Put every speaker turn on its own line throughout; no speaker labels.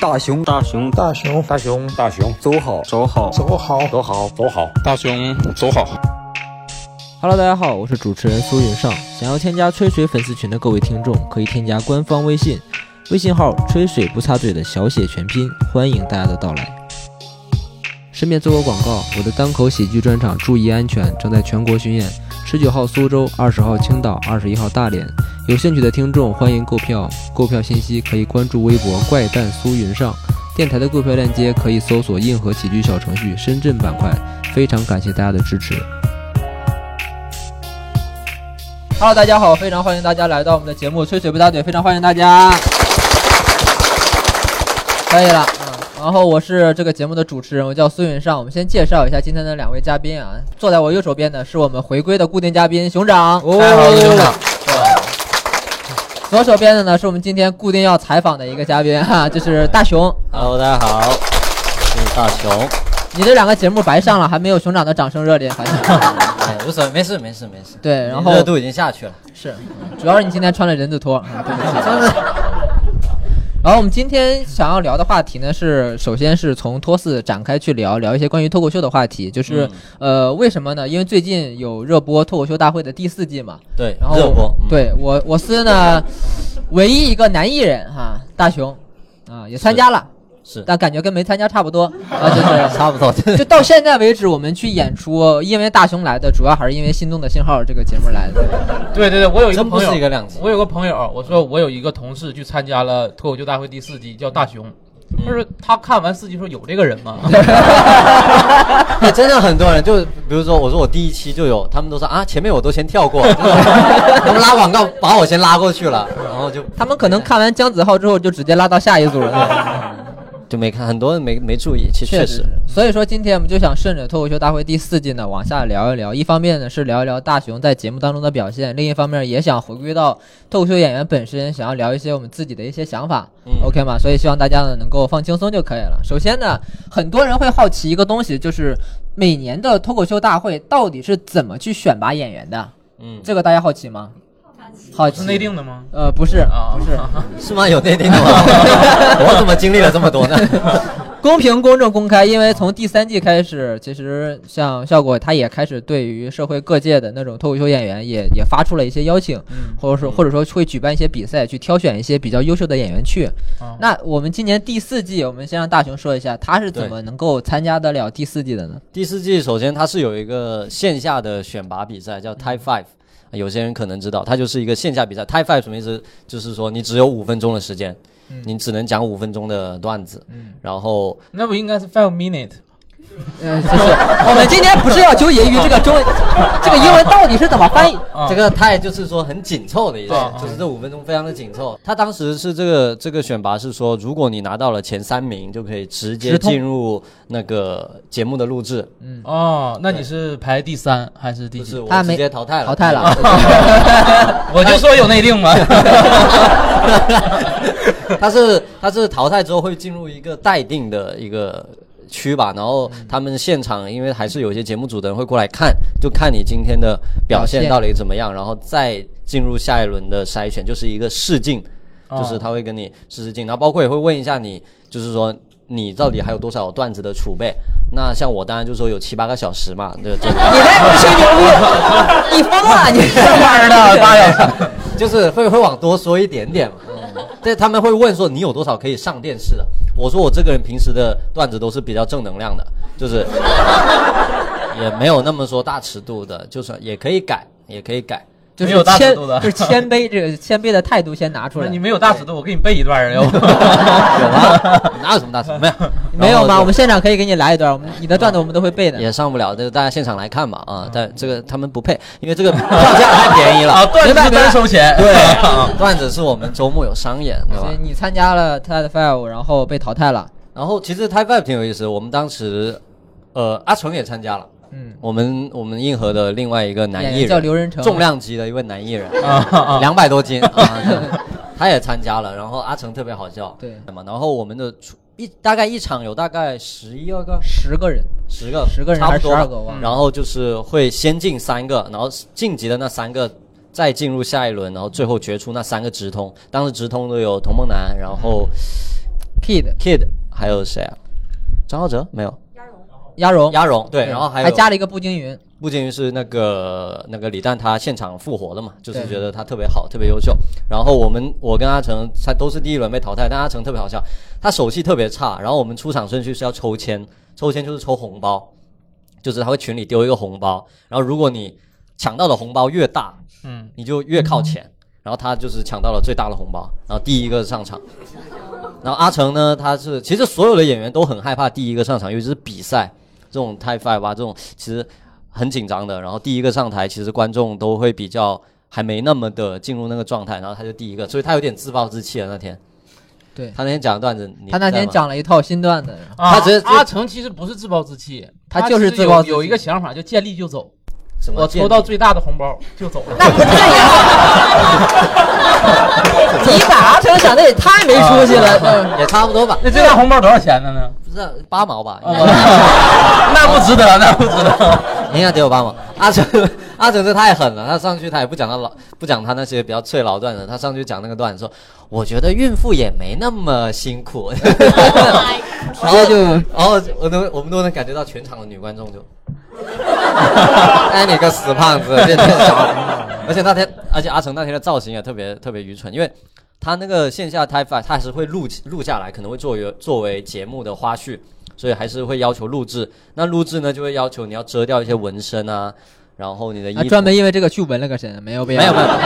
大熊
大熊
大熊
大熊
大熊
走好，
走好
走好，
走好走好
大熊走好。
Hello，大家好，我是主持人苏云上。想要添加吹水粉丝群的各位听众，可以添加官方微信，微信号“吹水不插嘴”的小写全拼，欢迎大家的到来。顺便做个广告，我的单口喜剧专场《注意安全》正在全国巡演，十九号苏州，二十号青岛，二十一号大连。有兴趣的听众欢迎购票，购票信息可以关注微博“怪诞苏云上”，电台的购票链接可以搜索“硬核喜剧小程序深圳板块”。非常感谢大家的支持。Hello，大家好，非常欢迎大家来到我们的节目《吹水不打嘴》，非常欢迎大家。可以了，嗯，然后我是这个节目的主持人，我叫孙云尚。我们先介绍一下今天的两位嘉宾啊，坐在我右手边的是我们回归的固定嘉宾熊掌，
大家
哦
好，我是熊掌。
左手边的呢是我们今天固定要采访的一个嘉宾哈、就是大熊。嗯
，Hello，大家好，我是大熊，
你这两个节目白上了，还没有熊掌的掌声热烈，反正
哎，无所谓，没事没事没事。
对，然
哦
后
热度已经下去了。
是，主要是你今天穿了人字拖，啊、对不起。 然后我们今天想要聊的话题呢，是首先是从托四展开去聊聊一些关于脱口秀的话题，就是、
嗯
呃为什么呢？因为最近有热播《脱口秀大会》的第四季嘛，
对，
然后
热播。嗯，
对我我司呢，唯一一个男艺人哈、大熊啊也参加了，
是
但感觉跟没参加差不多啊，就是
差不多。
就到现在为止，我们去演出，因为大熊来的，主要还是因为《心动的信号》这个节目来的。
对对对，我有一个
真不
朋
是
友，
一个量级
我有个朋友，啊我说我有一个同事去参加了脱口秀大会第四季，叫大熊。
嗯
他说他看完四季说有这个人吗？
哎，真的很多人，就比如说，我说我第一期就有，他们都说啊，前面我都先跳 过，他们拉广告把我先拉过去了，然后就
他们可能看完姜子浩之后就直接拉到下一组了，
就没看，很多人没没注意，其实
确
确
实
实。
所以说，今天我们就想顺着脱口秀大会第四季呢往下聊一聊。一方面呢是聊一聊大熊在节目当中的表现，另一方面也想回归到脱口秀演员本身，想要聊一些我们自己的一些想法。
嗯
OK 吗？所以希望大家呢能够放轻松就可以了。首先呢，很多人会好奇一个东西，就是每年的脱口秀大会到底是怎么去选拔演员的？
嗯，
这个大家好奇吗？好 奇。
是内。定的 吗？
呃，不是，
啊
不是。
是吗？有内 定的吗？我怎么经历了这么多呢？
公平、公正、公开，因为从第三季开始，其实像效果他也开始对于社会各界的那种脱口秀演员也也发出了一些邀请，
嗯
或者说或者说会举办一些比赛，去挑选一些比较优秀的演员去。
啊
那我们今年第四季，我们先让大雄说一下，他是怎么能够参加得了第四季的呢？
第四季首先它是有一个线下的选拔比赛，叫 Type Five。有些人可能知道，它就是一个线下比赛。Type Five 什么意思？就是说你只有五分钟的时间，
嗯
你只能讲五分钟的段子。然后
那不应该是 five minute？
嗯，就是我们今天不是要纠结于这个中 文，这个英文到底是怎么翻译？
啊
这个 Type 就是说很紧凑的意思
啊，
就是这五分钟非常的紧凑。他当时是这个这个选拔是说，如果你拿到了前三名，就可以直接
直通嗯
进入那个节目的录制。
哦，那你是排第三还是第
就
几
是？我
他
直
没
接淘汰了，
淘汰了。
我就说有内定 嘛。
他是他是淘汰之后会进入一个待定的一个区吧，然后他们现场因为还是有一些节目组的人会过来看，就看你今天的表
表
现
现
到底怎么样，然后再进入下一轮的筛选，就是一个试镜，
哦
就是他会跟你试试镜，然后包括也会问一下你，就是说你到底还有多少段子的储备。那像我当然就说有七八个小时嘛，对对。
你在吹牛逼，你疯了你！
上班的大小
就是会会往多说一点点嘛。
嗯
对，他们会问说你有多少可以上电视的？啊我说我这个人平时的段子都是比较正能量的，就是 也没有那么说大尺度的，就是也可以改，也可 以改。
就
没有
是
大
谦，
尺度的
就是谦卑，这个谦卑的态度先拿 出
那
来。
你没有大尺度，我给你背一段儿，要不？
有啊， 哪有什么大尺度？没有，
没有
然后
吗？
就
我们现场可以给你来一段，我们你的段子我们都会背的。
也上不了，就是大家现场来看嘛
嗯
啊！但这个他们不配，因为这个票价太便宜
啊，
了。
段子
明白
不能收钱。
对，段子是我们周末有商演，对吧
所以？你参加了 TED Five，然后被淘汰了。
然后其实 Type Five 挺有意思，我们当时，呃，阿成也参加了。
嗯，
我们我们硬核的另外一个男
演员
艺人
叫刘仁成，啊
重量级的一位男艺 人，
啊
两百多斤，啊他也参加了。然后阿成特别好笑，
对
嘛？然后我们的出一大概一场有大概十一二个、
十个人，
十个、
十个人
差
还
不
是
多
十
吧
二个？我忘了。
然后就是会先进三个，然后晋级的那三个再进入下一轮，然后最后决出那三个直通。当时直通的有童梦楠，然后
Kid、
Kid，还有谁啊？张浩哲没有，
鸭绒、
鸭绒哦对，然后还有
还加了一个步惊云，
步惊云是那个那个李诞他现场复活了嘛，就是
对
觉得他特别好，特别优秀。然后我们我跟阿成他都是第一轮被淘汰，但阿成特别好笑，他手气特别差。然后我们出场顺序是要抽签，抽签就是抽红包，就是他会群里丢一个红包，然后如果你抢到的红包越大，
嗯，
你就越靠前。然后他就是抢到了最大的红包，然后第一个上场。然后阿成呢，他是其实所有的演员都很害怕第一个上场，尤其是比赛这种 t i five 啊，这种其实很紧张的。然后第一个上台，其实观众都会比较还没那么的进入那个状态，然后他就第一个，所以他有点自暴自弃了那天。
对
他那天讲的段子，你
他那
在
天
吗
讲了一套新 段子，
啊
他只是
阿成其实不是自暴自弃，
他
他
就是
只
自暴自
有有一
弃
个想法，就见利就走。
什么
我
建
抽
议
到最大的红包就走了。
那不至 于啊。你把阿成想的也太没出息
啊
了，那
也差不多吧，
那最大红包多少钱的呢？
不是八毛吧？应该
啊 那不值得，那不值 得。
人家得有八毛。阿成，阿成这太狠了，他上去他也不讲他老不讲他那些比较脆老段子，他上去讲那个段子说，我觉得孕妇也没那么辛 苦。然后
直接就
然后我都我们都能感觉到全场的女观众就，哎你个死胖子，变成小，而且那天而且阿成那天的造型也特别特别愚蠢，因为。他那个线下 t i 他还是会录录下来，可能会作为作为节目的花絮，所以还是会要求录制。那录制呢，就会要求你要遮掉一些纹身啊，然后你的衣服、
啊专门因为这个去纹了个身，没有必要。
没有没有，没有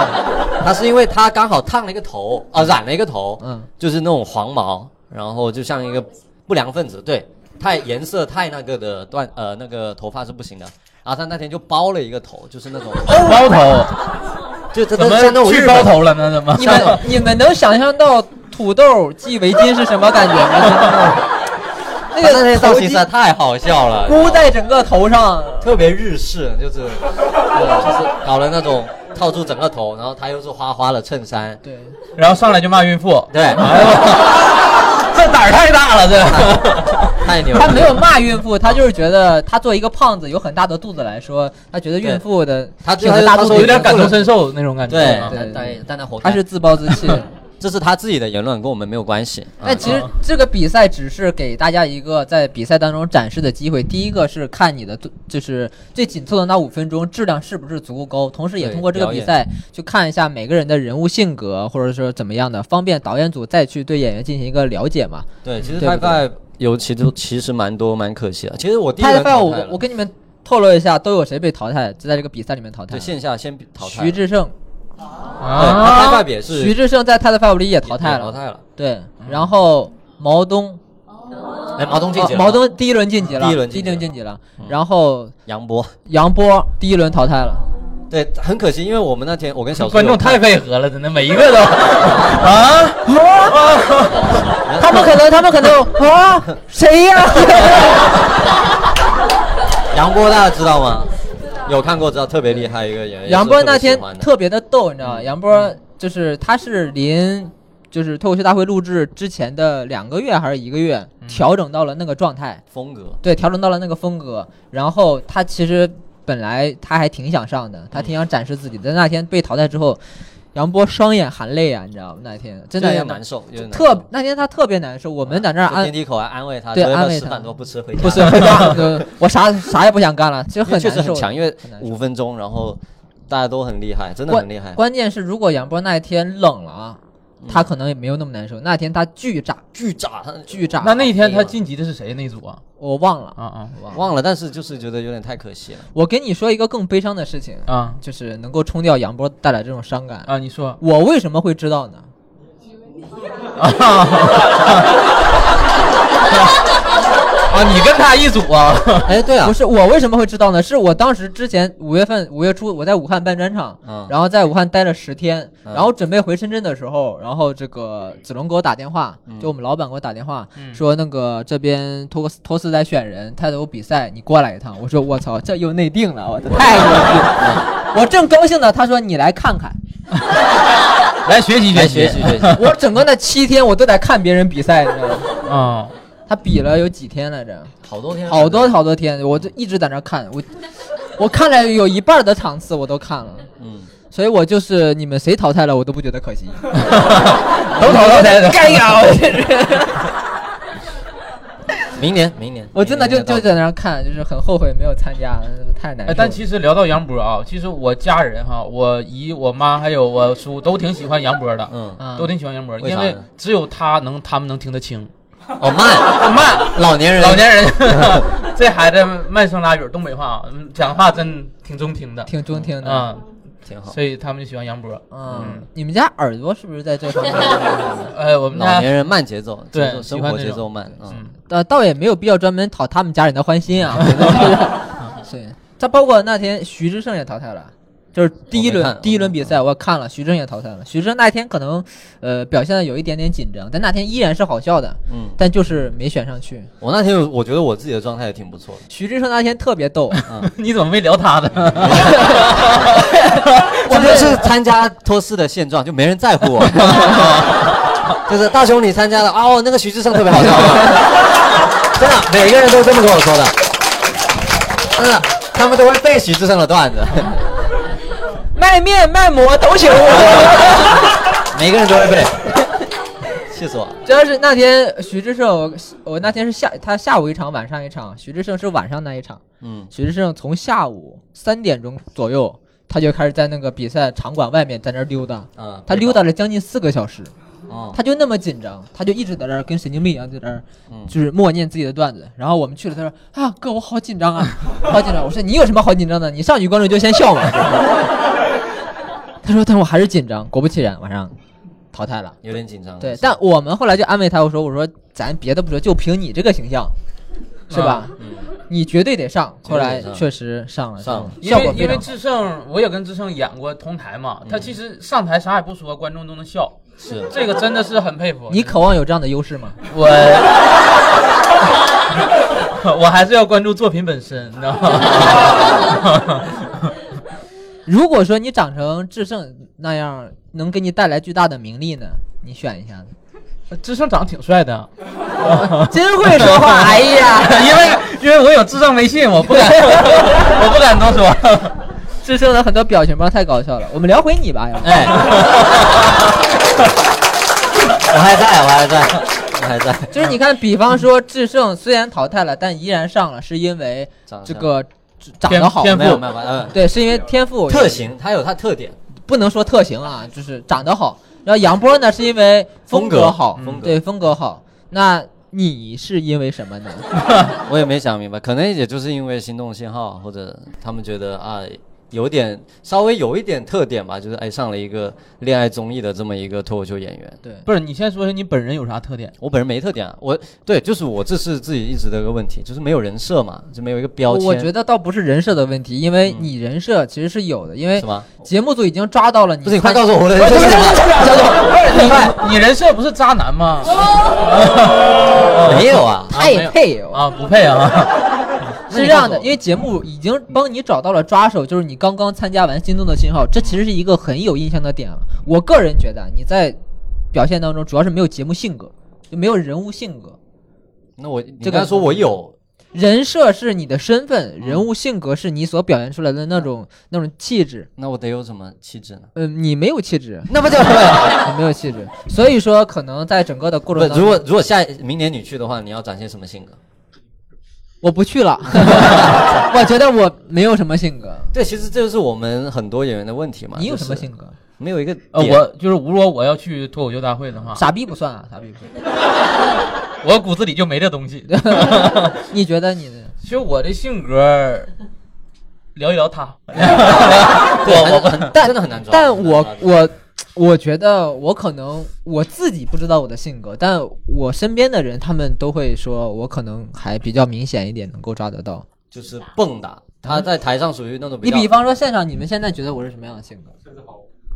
他是因为他刚好烫了一个头啊，染了一个头，
嗯，
就是那种黄毛，然后就像一个不良分子，对，太颜色太那个的断呃那个头发是不行的。然后他那天就包了一个头，就是那种，
哦
包头
就这
怎
都像那
么
种
去
日
包
本
头了呢？怎么？
你们你们能想象到土豆系围巾是什么感觉吗？ 那
他那
个
天造
头
型实在
巾
太好笑了，
箍在整个头上，
特别日式，就是，对，就是搞了那种套住整个头，然后他又是花花的衬衫，
对，
然后上来就骂孕妇，
对，
哎 呦，这胆儿太大了，这。
太牛了。
他没有骂孕妇，他就是觉得他作为一个胖子有很大的肚子来说，他觉得孕妇的
他
挺着大肚子
他说
有点感同身
身，
受那种感觉
对
啊，，
对
但但他活
嗯
该，
他是自暴自 弃。
这是他自己的言论，跟我们没有关系。啊
但其实
嗯
这个比赛只是给大家一个在比赛当中展示的机会。第一个是看你的最就是最紧凑的那五分钟质量是不是足够高，同时也
对
通过这个比赛去看一下每个人的人物性格或者说怎么样的，方便导演组再去对演员进行一个了解嘛。
对，其实
对不
Five
对
Five 尤其就其实蛮多蛮可惜的。其实我第一
他
轮
的
淘
我
汰
我
了，
跟你们透露一下，都有谁被淘汰？就在这个比赛里面淘汰
对
了。
线下先淘汰了。
徐志胜，
对
啊，
他 Five Five 也是
徐志胜在他的 Five 里也淘汰
淘
了。
汰了。
对，然后毛东，
哎，毛东晋级
哦
了，
毛东第一轮晋级了，
第一轮晋级了嗯
晋级了。然后
杨波。
杨波第一轮淘汰了。
对，很可惜，因为我们那天我跟小苏
观众
有看
太配合了，真的每一 个都啊，
啊嗯
他们可能，他们可 能啊，谁呀、
杨波，大家知道吗？有看过，知道特别厉害一个演员。
杨波
也是
那
别喜
天
欢的嗯
特别的逗，你知道吗？杨波就是他是临就是脱口秀大会录制之前的两个月还是一个月，
嗯
调整到了那个状态，
风格，
对，调整到了那个风格。然后他其实本来他还挺想上的，他挺想展示自己的，但那天被淘汰之后，杨波双眼含泪啊，你知道吗？那天真的
有
要
点难受，有点难受啊
特那天他特别难受，我们在那儿
就
安
天梯口还安慰他，
对
昨天
安慰
吃
他
饭都不吃回家，
不是， 回家就我啥啥也不想干了，其实
因为
很
确实
难受
很。强，因为
很难受
五分钟，然后大家都很厉害，真的
关
很厉害。嗯
关键是如果杨波那一天冷了啊，他可能也没有那么难受。那天他巨炸，
巨炸，他
巨炸。
那那一天他晋级的是谁那一组啊？
我忘了，
啊啊
我忘了。
忘了，但是就是觉得有点太可惜了。
我跟你说一个更悲伤的事情，
嗯
啊
就是能够冲掉杨波带来这种伤感。
啊！你 说，
我为什么会知道呢？
啊，你跟他一组啊？
哎，对啊
不，是我为什么会知道呢？是我当时之前五月份五月初我在武汉办专场，
嗯
然后在武汉待了十天，
嗯
然后准备回深圳的时候，然后这个子龙给我打电话，
嗯
就我们老板给我打电话、说那个这边托斯托斯在选人，他有比赛，你过来一趟。我说我操，这又内定了，我的太牛逼了！
嗯
我正高兴呢，他说你来看 看，
来学习
来
学
学习 学习。
我整个那七天我都在看别人比赛，你知道吗？
啊！
他比了有几天来着？
好多 天，
好多好多天，我就一直在那儿看，我我看了有一半的场次我都看了，
嗯，
所以我就是你们谁淘汰了我都不觉得可惜，
都淘汰的，
该呀！我
明年明年，
我真的就
明年
就
到
在那儿看，就是很后悔没有参加，太难受
哎，
了。
但其实聊到杨波啊，其实我家人哈，我姨、我妈还有我叔都挺喜欢杨波的，
嗯
啊
都挺喜欢杨波，
为啥
因为
呢
只有他能，他们能听得清。
哦 慢
慢，
老年人
老年人，这孩子慢声拉语，东北话，嗯讲话真挺中听的，
挺中听的。
啊，
挺好，
所以他们就喜欢杨波。
嗯，你们家耳朵是不是在这方 面？
呃，我们
老
家
年人慢节奏，
对
节奏生
喜欢
活
那
节
种
奏慢，嗯，
呃，倒也没有必要专门讨他们家人的欢心 啊。 对，他包括那天徐志胜也淘汰了。就是第一
我没看
轮
我
第一轮比赛，我看了，徐志胜也淘汰了。徐志胜那天可能，呃，表现的有一点点紧张，但那天依然是好笑的，
嗯
但就是没选上去。
我那天有我觉得我自己的状态也挺不错的，
徐志胜那天特别逗，
嗯
你怎么没聊 他呢？
我就是参加托斯的现状，就没人在乎我。 就是大雄，你参加了啊哦，那个徐志胜特别好笑， 真的，每个人都这么跟我说的，真的，他们都会背徐志胜的段子，
卖面卖馍都行。
每个人都会背， 气死我！了。
主要是那天徐志胜，我我那天是下他下午一场，晚上一场，徐志胜是晚上那一场。
嗯，
徐志胜从下午三点钟左右，他就开始在那个比赛场馆外面在那儿溜达，
啊
他溜达了将近四个小时，
哦，
他就那么紧张，他就一直在那儿跟神经病一样在那儿
嗯，
就是默念自己的段子。然后我们去了，他说啊哥我好紧张啊，好紧张。我说你有什么好紧张的？你上去观众就先笑嘛。 他说但我还是紧张，果不其然晚上淘汰了。
有点紧张。
对，但我们后来就安慰他，我说我说咱别的不说，就凭你这个形象，是吧？
嗯
你绝对得上。后来
绝对得上
确实上了，
上了
因
效果
为
非
因为
常好。嗯
智胜，我也跟智胜演过同台嘛，他其实上台啥也不说，观众都能笑，
是
这个真的是很佩服。
你渴望有这样的优势吗？
我， 我还是要关注作品本身，你知道吗？
如果说你长成智胜那样，能给你带来巨大的名利呢？你选一下子，
智胜长得挺帅 的，
真会 说话！哎呀，
因为因为我有智胜微信，我不敢， 我不敢多说。
智胜的很多表情包太搞笑了。我们聊回你吧，要不
哎， 我还在，我还在，我还在。
就是你看，比方说智胜虽然淘汰了，但依然上了，是因为这个长得好，
天
没有没有，没有呃
对，是因为天赋
特型，它有它特点。
不能说特型啊，就是长得好。然后杨波呢，是因为风格嗯好，
风格风格
对风格好。那你是因为什么呢？
我也没想明白，可能也就是因为心动信号，或者他们觉得啊，有点稍微有一点特点吧，就是爱哎上了一个恋爱综艺的这么一个脱口秀演员。
对，
不是，你先说说你本人有啥特点？
我本人没特点啊，我对，就是我这是自己一直的一个问题，就是没有人设嘛，就没有一个标签，
我觉得倒不是人设的问题，因为你人设其实是有的，因为
是吗？
节目组已经抓到了你。
不是，你快告诉我我的人
不
设
是
是
不
什
是不
么？
是不是
你你人设不是渣男吗？
没有啊，
他也配有
啊，不配啊！
是这样的，因为节目已经帮你找到了抓手，就是你刚刚参加完《心动的信号》，这其实是一个很有印象的点了。我个人觉得你在表现当中主要是没有节目性格，就没有人物性格。
那我你
这个
刚才说我有，
人设是你的身份，
嗯
人物性格是你所表现出来的那种那种气质。
那我得有什么气质呢？
嗯，你没有气质，
那不就是
你没有气质，所以说可能在整个的过
不
程当
如
中，
果如果下明年你去的话，你要展现什么性格？
我不去 了，我觉得我没有什么性格。
对，其实这就是我们很多演员的问题嘛。
你有
啊就
什么
是
性格？
没有一个
呃，
点
我就是如果我要去脱口秀大会的话，
傻逼不算啊，傻逼不算。
我骨子里就没这东西。
你觉得你的？
其实我的性格儿，聊一聊他。
对，
我
哦我很
但
真的很难抓。
但
很难
我
抓
我我觉得我可能我自己不知道我的性格，但我身边的人他们都会说我可能还比较明显一点，能够抓得到。
就是蹦跶，他在台上属于那种
你
较
比方说现场，你们现在觉得我是什么样的性格？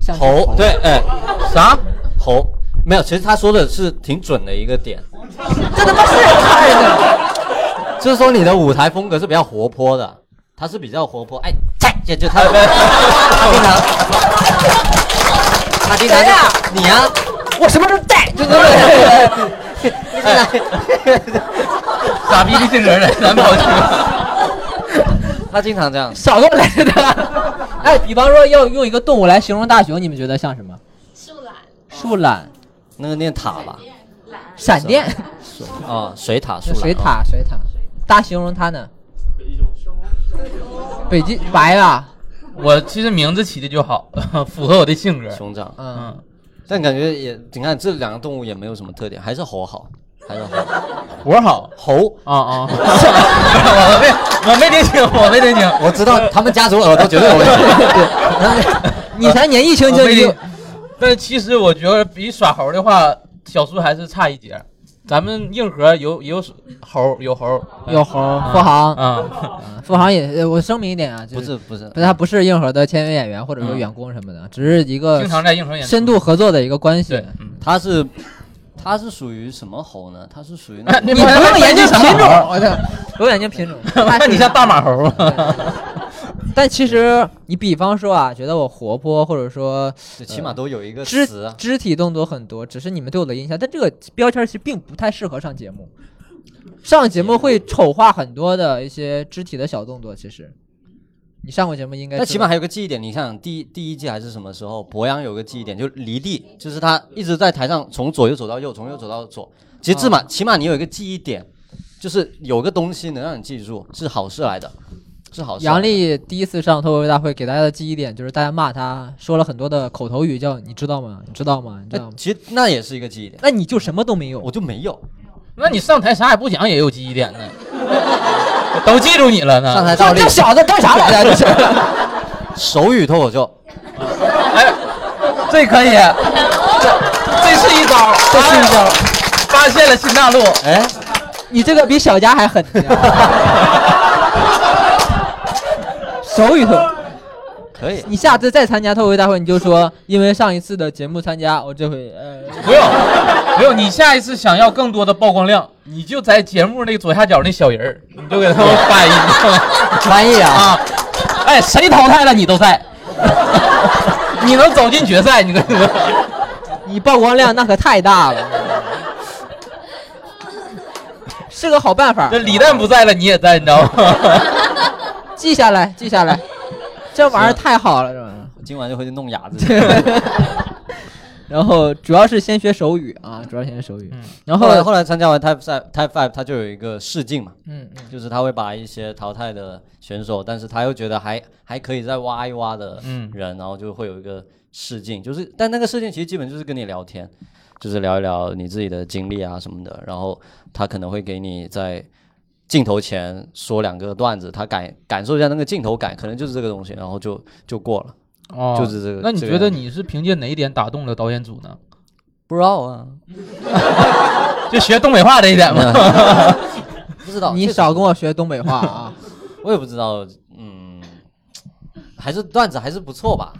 像是
猴，对，哎，
啥？
猴没有，其实他说的是挺准的一个点，
这他妈是太的。
就是说你的舞台风格是比较活泼的，他是比较活泼，哎，在就就他 他经常他经常就你啊，
我什么时候带？就
傻逼的性格儿的，咱跑去。
他经常这样，
少给我来这个。哎，比方说要用一个动物来形容大熊，你们觉得像什么？
树懒，
树懒。
那个念塔吧，
懒，
闪电，
啊，水獭、树
就水
懒、
獭，水獭。大形容它呢？北极熊。白啊吧？
我其实名字起的就好，符合我的性格
啊、。熊掌。
嗯，
嗯，
但感觉也，你看这两个动物也没有什么特点，还是猴好，还是猴。
活好
猴，
啊啊！ 我没我没听清，我没听清。
我知道他们家族耳朵绝对有问 题。
你才年纪轻轻
我呃没
你就
听但其实我觉得比耍猴的话，小苏还是差一截。咱们硬核有有猴有猴
有猴儿付航，
哎 啊，
付航也，呃我声明一点啊，就
不是不是
不，是他不是硬核的签约演员或者说
嗯
员工什么的，只是一个
经常在硬核演出
呃深度合作的一个关系
对。，嗯
它是它是属于什么猴呢？它是属于那
那你
种
你不用研究
什
品
么
种，
猴？
我的，不用研究品种。
那你像大马猴啊？
但其实你比方说啊，觉得我活泼，或者说
就起码都有一个
肢
词啊。
肢体动作很多，只是你们对我的印象，但这个标签其实并不太适合上节目。上节目会丑化很多的一些肢体的小动作，其实你上过节目应该知道。
但起码还有个记忆点，你看第一第一季还是什么时候，博洋有个记忆点，就离地，就是他一直在台上从左右走到右，从右走到左。其实至码、起码你有一个记忆点，就是有个东西能让你记住，是好事来的，是好事来的。
杨笠第一次上脱口秀大会，给大家的记忆点就是大家骂他说了很多的口头语，叫你知道吗？你知道吗？你知道
那
吗？
其实那也是一个记忆点，
哎那你就什么都没有
我。就没有
那你上台啥也不讲，也有记忆点呢，都记住你了呢。
上台倒立，
小子干啥来着？这是
手语脱口秀，
哎，这可以，这这是一招，
这是一招，
发现了新大陆。
哎，
你这个比小佳还狠 手语头，
可以，
你下次再参加脱口秀大会，你就说因为上一次的节目参加，我这回呃，
不用，不用，你下一次想要更多的曝光量，你就在节目那左下角那小人儿，你就给他们翻译
翻译啊，
啊。 哎，谁淘汰了你都在，你能走进决赛，你 跟我说。
你曝光量那可太大了， 是个好办法
这，李诞不在了，你也在，你知 道吗？
记下来，记下来，这玩意儿太好了，这玩意儿。
我今晚就回去弄哑 子。
然后主要是先学手语啊，主要先学手语。
嗯
然
后
后
来后来参加完 Type Five Type Five，他就有一个试镜嘛，
嗯嗯，
就是他会把一些淘汰的选手，但是他又觉得还还可以再挖一挖的
嗯
人，然后就会有一个试镜，就是但那个试镜其实基本就是跟你聊天，就是聊一聊你自己的经历啊什么的，然后他可能会给你在镜头前说两个段子，他感感受一下那个镜头感，可能就是这个东西，然后就就过了，
哦
就是这个
那你
这个
觉得
样子
你是凭借哪一点打动了导演组呢？
不知道啊，
就学东北话这一点 吗？
不知道，
你
哦确实
少跟我学东北话 啊！
我也不知道，嗯，还是段子还是不错吧，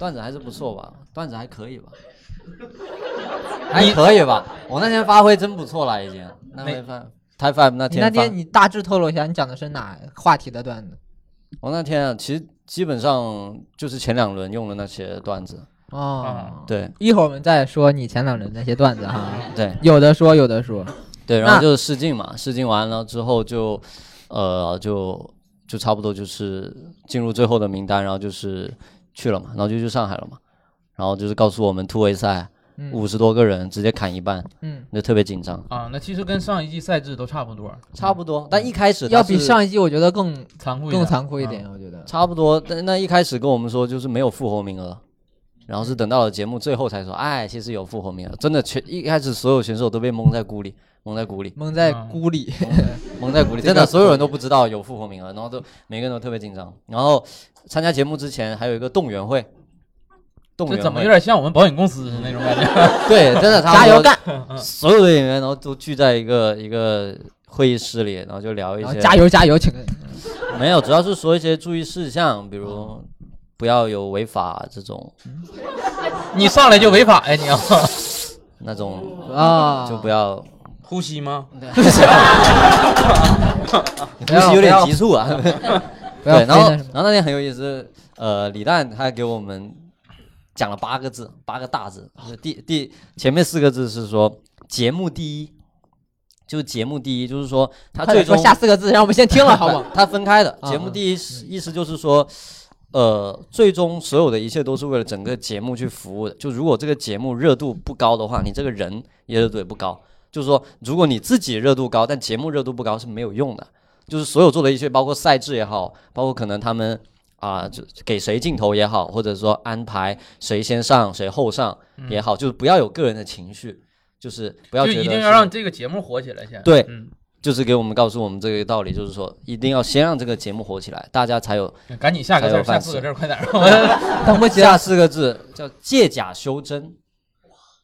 段子还是不错吧，段子还可以吧，还可以吧。我那天发挥真不错了，已经。那天发 Type Five 那
你
天
那
发，
天你大致透露一下，你讲的是哪话题的段子？
我那天啊，其实基本上就是前两轮用的那些段子，
哦，
对
一会儿我们再说你前两轮那些段子哈，
对
有的说有的说。
对，然
那
后就是试镜嘛，试镜完了之后就，呃，就就差不多就是进入最后的名单，然后就是去了嘛，然后就去上海了嘛，然后就是告诉我们突围赛
嗯
五十多个人直接砍一半，
嗯，
就特别紧张。
啊，那其实跟上一季赛制都差不多，
差不多，但一开始
要
他是
比上一季我觉得更
残酷一点啊
更残酷一点，。
嗯
我觉得。
差不多，但那一开始跟我们说就是没有复活名额，然后是等到了节目最后才说，哎，其实有复活名额，真的全一开始所有选手都被蒙在鼓里，蒙在鼓里。
蒙在
嗯
鼓里，
蒙在鼓里，真的所有人都不知道有复活名额，然后都每个人都特别紧张。然后参加节目之前还有一个动员会，动
这
员会
怎么有点像我们保险公司的那种感觉？
对，真的
加油，干，
差不多所有的演员然后都聚在一个一个会议室里，然后就聊一
然后
些
加油加油，请
没有，主要是说一些注意事项，比如不要有违法这种
你上来就违法呀、你要
那种
啊！
就不要。
呼吸吗？
不要
呼吸有
不
点
要
急促 啊。
不要
对，然后
非那什
然后那天很有意思，呃，李诞他给我们讲了八个字，八个大字。就是第第前面四个字是说节目第一，就是节目第一，就是说他
快点
最
啊说
终
下四个字，让我们先听了，好不好？
他分开的
啊
节目第一是意思就是说。呃，最终所有的一切都是为了整个节目去服务的。就如果这个节目热度不高的话，你这个人也热度也不高。就是说，如果你自己热度高，但节目热度不高是没有用的。就是所有做的一切，包括赛制也好，包括可能他们啊、就给谁镜头也好，或者说安排谁先上谁后上也
嗯
好，就是不要有个人的情绪，就是不要
就
觉得
一定
是
要让这个节目火起来先。
对
嗯，
就是给我们告诉我们这个道理，就是说一定要先让这个节目火起来，大家才有
赶紧下个字
还
儿，
有
下
饭
四个字儿，快点儿！我 们
等不及了
下四个字叫借假修真。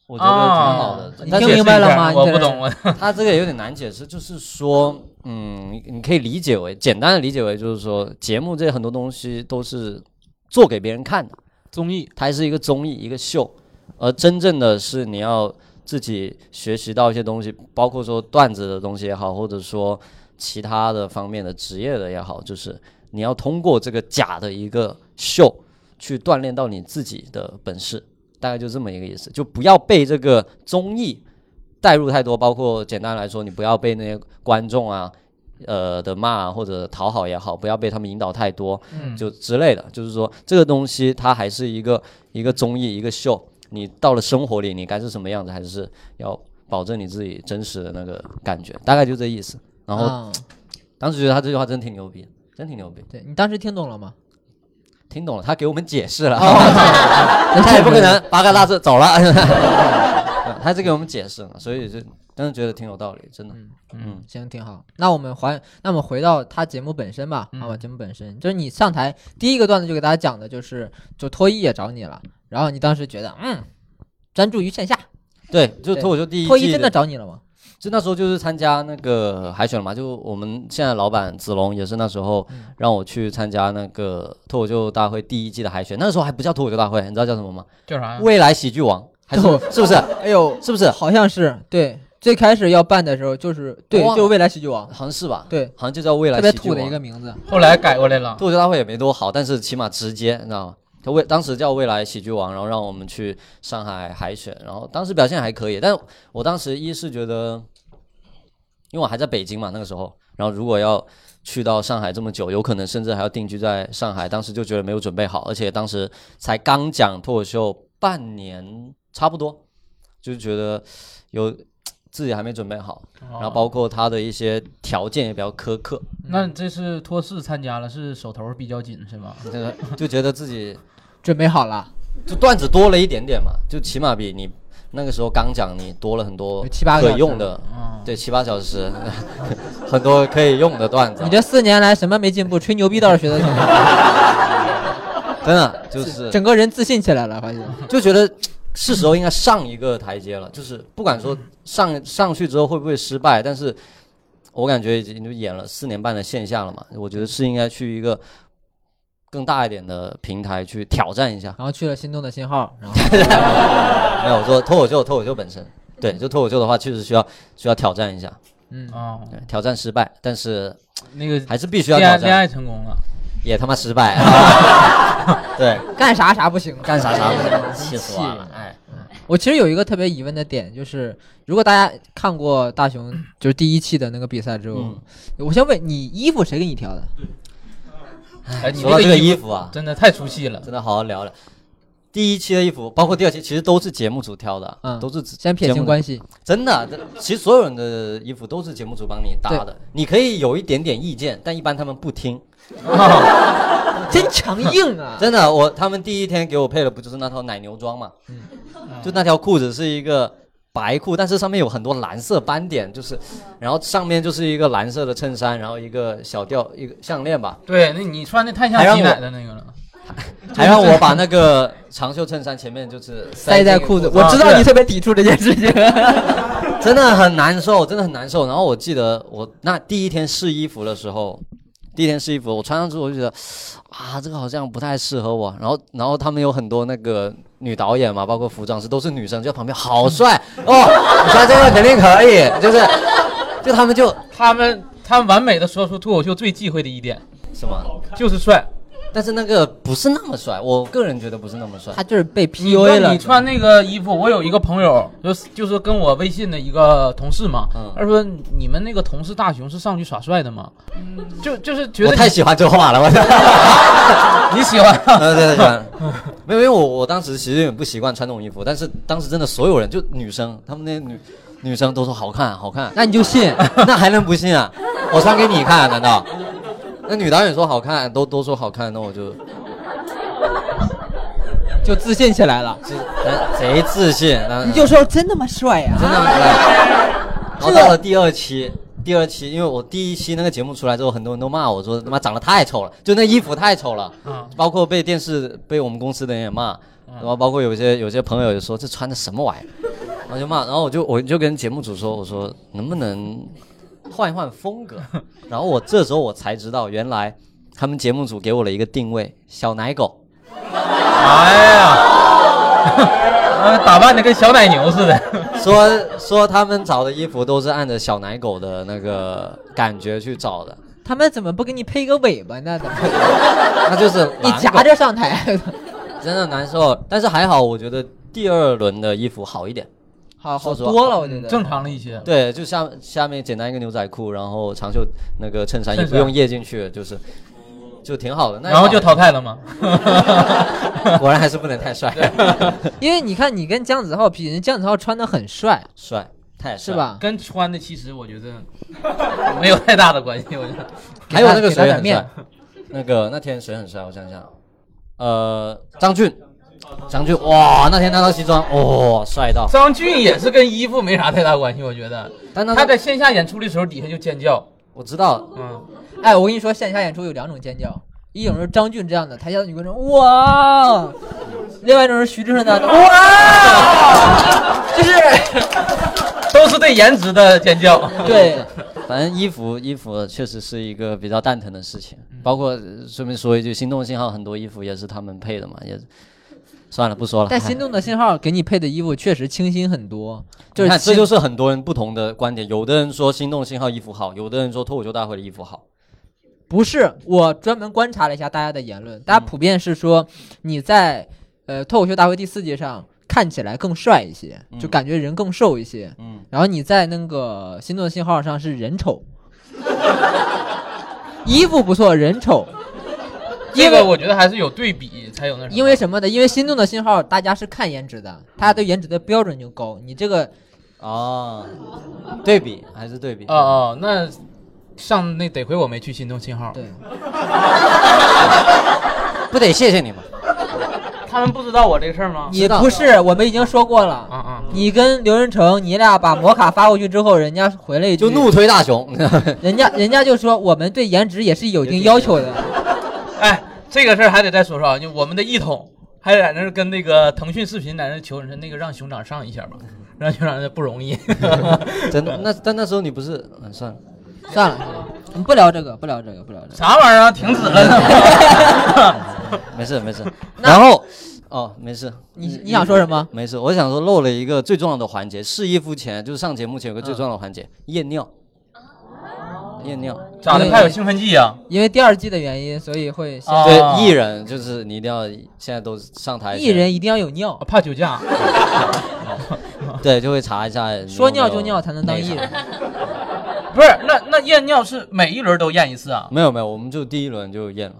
我觉得挺好的
啊，
你
但
听
是
明白了吗
我
你
不
这人
懂， 我
它这个有点难解释，就是说，嗯，你你可以理解为简单的理解为就是说，节目这很多东西都是做给别人看的，
综艺
它是一个综艺，一个秀，而真正的是你要自己学习到一些东西，包括说段子的东西也好，或者说其他的方面的职业的也好，就是你要通过这个假的一个秀去锻炼到你自己的本事，大概就这么一个意思，就不要被这个综艺带入太多，包括简单来说，你不要被那些观众啊。呃的骂啊或者讨好也好，不要被他们引导太多，就之类的。就是说，这个东西它还是一个一个综艺，一个秀。你到了生活里，你该是什么样子，还是要保证你自己真实的那个感觉，大概就这意思。 然后
啊
当时觉得他这句话真挺牛逼，真挺牛逼，
对你当时听懂了吗？
听懂了，他给我们解释了，
哦
他也不可能八嘎大字走了， 嗯他是给我们解释了，所以就当时觉得挺有道理，真的。嗯
行，挺好。那我们还，那我们回到他节目本身吧。
嗯
好吧，节目本身就是你上台第一个段子就给大家讲的就是，就脱衣也找你了，然后你当时觉得，嗯，专注于线下，
对，就脱口秀第一
脱
季
衣真的找你了吗？
就那时候就是参加那个海选嘛，就我们现在老板子龙也是那时候
嗯
让我去参加那个脱口秀大会第一季的海选，那时候还不叫脱口秀大会，你知道叫什么吗？
叫啥呀？
未来喜剧王，还是
啊对
是不是？
哎呦，
是不是？
好像是对，最开始要办的时候就是对，
我忘了
就未来喜剧王，
好像是吧？
对，
好像就叫未来
特别
喜
土
剧王。
的一个名字。
后来改过来了。
脱口秀大会也没多好，但是起码直接，你知道吗？他未当时叫未来喜剧王，然后让我们去上海海选，然后当时表现还可以，但我当时一是觉得，因为我还在北京嘛那个时候，然后如果要去到上海这么久，有可能甚至还要定居在上海，当时就觉得没有准备好，而且当时才刚讲脱口秀半年差不多，就觉得有自己还没准备好，然后包括他的一些条件也比较苛刻，
哦那这次托四参加了，是手头比较紧是吗？
就就觉得自己。
准备好了，
就段子多了一点点嘛，就起码比你那个时候刚讲你多了很多
有七八个
可
小时嗯
用的，对，七八小时， 很多可以用的段子 啊
你，这四年来什么没进步，吹牛逼倒是学的挺好，
真的啊就是
整个人自信起来了，发现。
就觉得是时候应该上一个台阶了，就是不管说上上去之后会不会失败，但是我感觉已经就演了四年半的线下了嘛，我觉得是应该去一个更大一点的平台去挑战一下。
然后去了心动的信号，然后
没有，我说脱口秀，脱口秀本身，对，就脱口秀的话，确实需要需要挑战一下。
嗯，
啊，
对呃挑战失败，但是
那个
还是必须要
恋爱
挑
恋
战，
爱成功了，
也他妈失败。 对，
干啥啥不行，
干啥啥不行，气死我了！哎，
我其实有一个特别疑问的点，就是如果大家看过大雄就是第一期的那个比赛之后，
嗯
我先问你，衣服谁给你挑的？
哎，你
说到
那
这个
衣
衣服啊
真的太出戏了。
真的好好聊聊。第一期的衣服，包括第二期，其实都是节目组挑的，
嗯
都是指
先撇
节
清
目
关系，
真的，这其实所有人的衣服都是节目组帮你搭的，你可以有一点点意见，但一般他们不听。
啊
真强硬啊！
真的，我他们第一天给我配的不就是那套奶牛装嘛，
嗯
就那条裤子是一个白裤，但是上面有很多蓝色斑点，就是，然后上面就是一个蓝色的衬衫，然后一个小吊一个项链 吧，
对，那你穿的太像
还让
挤
我
奶的那个了。
还让我把那个长袖衬衫前面就是
塞
进
在
裤
裤
啊
子，啊
我
我
知
知
道
道
你
你特别抵触这件事情。
真的很难受，真的很难受。然后我记得我那第一天试衣服的时候，第一天试衣服，我穿上之后我就觉得，啊，这个好像不太适合我。然后，然后他们有很多那个女导演嘛，包括服装师都是女生，就在旁边好帅哦，你穿这个肯定可以，就是，就他们就
他们他们完美的说出脱口秀最忌讳的一点
什么，
就是帅。
但是那个不是那么帅，我个人觉得不是那么帅。
他就是被
你
PUA
说
了。
你穿那个衣服，我有一个朋友，就是就是跟我微信的一个同事嘛，
嗯
他说你们那个同事大熊是上去耍帅的吗？就就是觉
我
得
太喜欢这话了，我。
你喜欢啊，
呃， 对对对，没有，因为我我当时其实有点不习惯穿这种衣服，但是当时真的所有人就女生，她们那些女女生都说好看好看，
那你就信。
那还能不信啊？我穿给你看、啊，难道？那女导演说好看，都都说好看，那我就
就自信起来了。
这咱哎贼自信。那
你就说真他妈帅呀、
真的很帅。然后到了第二期，第二期，因为我第一期那个节目出来之后，很多人都骂我说他妈长得太丑了，就那衣服太丑了，包括被电视被我们公司的人也骂，然后包括有些有些朋友也说这穿的什么玩意儿，然后就骂，然后我就我就跟节目组说，我说能不能换一换风格？然后我这时候我才知道，原来他们节目组给我了一个定位，小奶狗。
哎呀，呃打扮的跟小奶牛似的。
说说他们找的衣服都是按着小奶狗的那个感觉去找的，
他们怎么不给你配个尾巴呢？怎么
那就是
你
狼狗
夹着上台？
真的难受。但是还好，我觉得第二轮的衣服好一 点。
好好
说实话
多了，我觉得。
嗯正常了一些。
对，就下下面简单一个牛仔裤，然后长袖那个衬衫也
衬衫
不用掖进去，就是就挺好的。那
然后就淘
好
汰了吗？
果然还是不能太帅，
因为你看，你跟姜子浩比，人家姜子浩穿的很帅，
帅太帅
是？吧？
跟穿的其实我觉得没有太大的关系，我觉得。
还有那个
给他
谁
点
很帅
面，
那个那天谁很帅？我想想，呃，张俊，张俊，哇，那天他套西装，哇、帅到。
张俊也是跟衣服没啥太大关系，我觉得。
但他
他在线下演出的时候，底下就尖叫。
我知道，
嗯，
哎，我跟你说，线下演出有两种尖叫，一种是张俊这样的，台下的女观众哇；另外一种是徐志胜那样的哇，就是
都是对颜值的尖叫。
对，
反正衣服衣服确实是一个比较蛋疼的事情，包括呃顺便说一句，心动信号很多衣服也是他们配的嘛，也算了不说了。
但心动的信号给你配的衣服确实清新很多，就是
你看，这
清
哎就是很多人不同的观点，有的人说心动信号衣服好，有的人说脱口秀大会的衣服好。
不是，我专门观察了一下大家的言论，大家
嗯
普遍是说你在呃脱口秀大会第四季上看起来更帅一些，就感觉人更瘦一些，
嗯，
然后你在那个心动信号上是人丑， 衣服不错，人丑，因
这
为
个我觉得还是有对比才有那什么。
因为什么呢？因为心动的信号大家是看颜值的，大家对颜值的标准就高，你这个
哦，对比还是对比
哦哦，那上那得亏我没去心动信号。
对，
不得谢谢你们？
他们不知道我这个事儿吗？
你不是我们已经说过了。
啊啊！
你跟刘仁成，你俩把摩卡发过去之后，人家回来一句
就怒推大熊，
人家人家就说我们对颜值也是有一定要求的，
哎，这个事儿还得再说说啊，就我们的一统。还在那儿跟那个腾讯视频在那儿求人说那个让熊掌上一下吧，让熊掌不容易。 嗯
真的。那但那时候你不是，嗯，算了。
算了，我们不聊这个，不聊这个，不聊这个。
啥玩意儿啊？停止了。
没事没事。然后，哦，没事。
你你想说什么？
没事，我想说漏了一个最重要的环节，试衣服前就是上节目前有个最重要的环
啊
节，验尿。验尿，
咋的？怕有兴奋剂啊？
因为第二季的原因，所以会先
啊
对艺人就是你一定要现在都上台
艺
前
人一定要有尿，
哦怕酒驾。
对就会查一下你有没有，
说尿就尿才能当艺
没
人。
不是，那那验尿是每一轮都验一次啊
查。？没有没有，我们就第一轮就验了，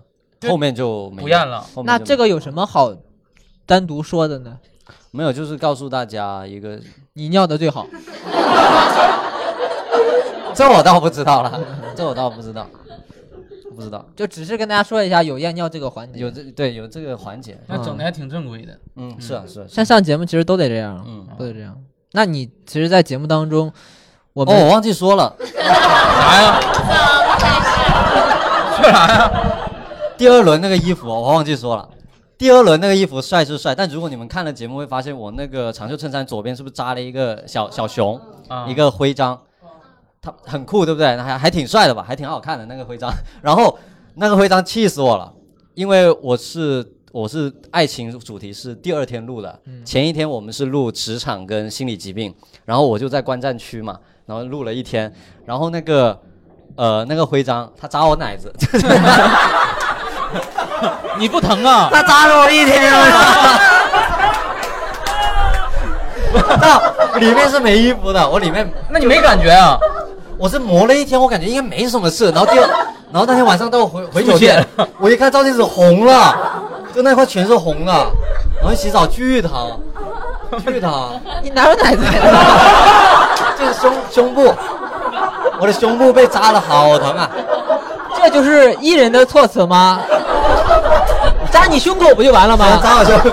后面就没
不验了。
后面就
那这个有什么好单独说的呢？
没有，就是告诉大家一个，
你尿的最好，
这我倒不知 道了，这我倒不知道，不知道
就只是跟大家说一下有验尿这个环节。
有这对有这个环节，
那整的还挺正规的。
嗯，是啊是啊，是啊
像上节目其实都得这样，
嗯
都得这样。那你其实，在节目当中，我
哦，
们
我忘记说了，
啥 呀？说啥呀？
第二轮那个衣服我忘记说了，第二轮那个衣服帅是帅，但如果你们看了节目会发现我那个长袖衬衫左边是不是扎了一个小小熊，
啊
一个徽章，它很酷对不对？还还挺帅的吧，还挺好看的那个徽章。然后那个徽章气死我了，因为我是我是爱情主题是第二天录的，前一天我们是录职场跟心理疾病，然后我就在观战区嘛，然后录了一天，然后那个呃那个徽章他扎我奶子。
你不疼啊？
他扎了我一天了。 到里面是没衣服的，我里面
那你没感觉啊？
我是磨了一天，我感觉应该没什么事。然后第二， 然后那天晚上到我回回酒店
出血了，
我一看照镜子红了，就那块全是红的，然后洗澡巨疼。去他！
你哪有奶 子？
这个胸胸部，我的胸部被扎的好疼啊！
这就是艺人的措辞吗？扎你胸口不就完了吗？
扎我胸部，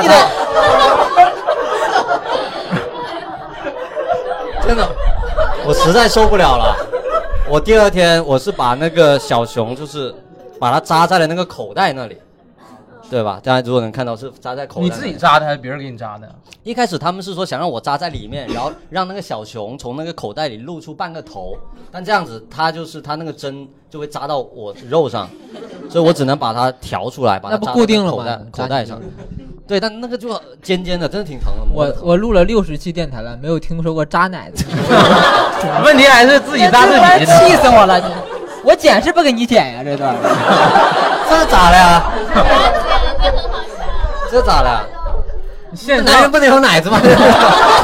你得
真的，我实在受不了了。我第二天我是把那个小熊，就是把它扎在了那个口袋那里，对吧？大家如果能看到是扎在口袋那
你
里，
自己扎的还是别人给你扎的？
一开始他们是说想让我扎在里面，然后让那个小熊从那个口袋里露出半个头，但这样子它就是它那个针就会扎到我肉上，所以我只能把它调出来，把它
那不
扎
固
在
定了
口
吗
袋
你扎
口袋
进
上
去。
对，但那个就尖尖的，真的挺疼的。
我
疼
我录了六十期电台了，没有听说过扎奶子，
问题还是自己扎自己的。
气死我了！我剪是不给你剪呀，这段
这咋了呀？这咋了呀？
现
男人
场
不能有奶 子吗？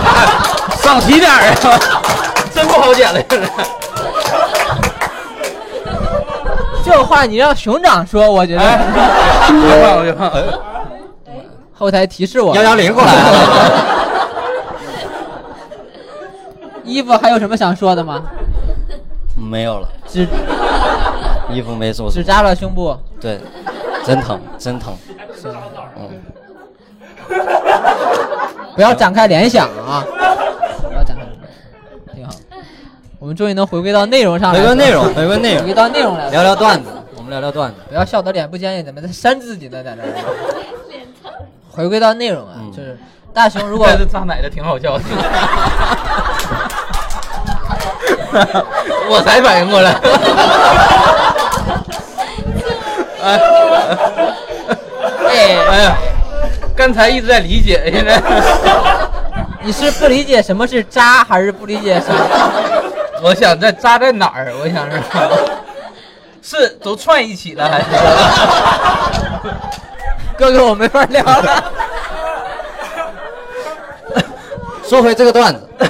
少提点儿啊，真不好剪了。现在
这话你让熊掌说，我 觉
哎，
得
别放别放，
后台提示我
幺幺零过来啊！
衣服还有什么想说的吗？
没有了，
只
衣服没收拾
只。扎了胸部，
对，真疼，真疼。
不要展开联想啊！不要展开联想，挺好。我们终于能回归到内容上来
回
了，
归内容，回归内
回
容
归，到内容来
聊
了。
聊段子，我们聊聊段子。
不要笑得脸不坚硬，怎么在扇自己呢？在这儿， 回归到内容啊，
嗯
就是大熊如
如
果
果是扎奶的挺好笑的。我才反应过来。哎哎呀，刚才一直在理解，现在
你是不理解什么是渣，还是不理解什么？
我想在扎在哪儿？我想是是都串一起了还是？
哥哥，我没法聊了。
说回这个段子，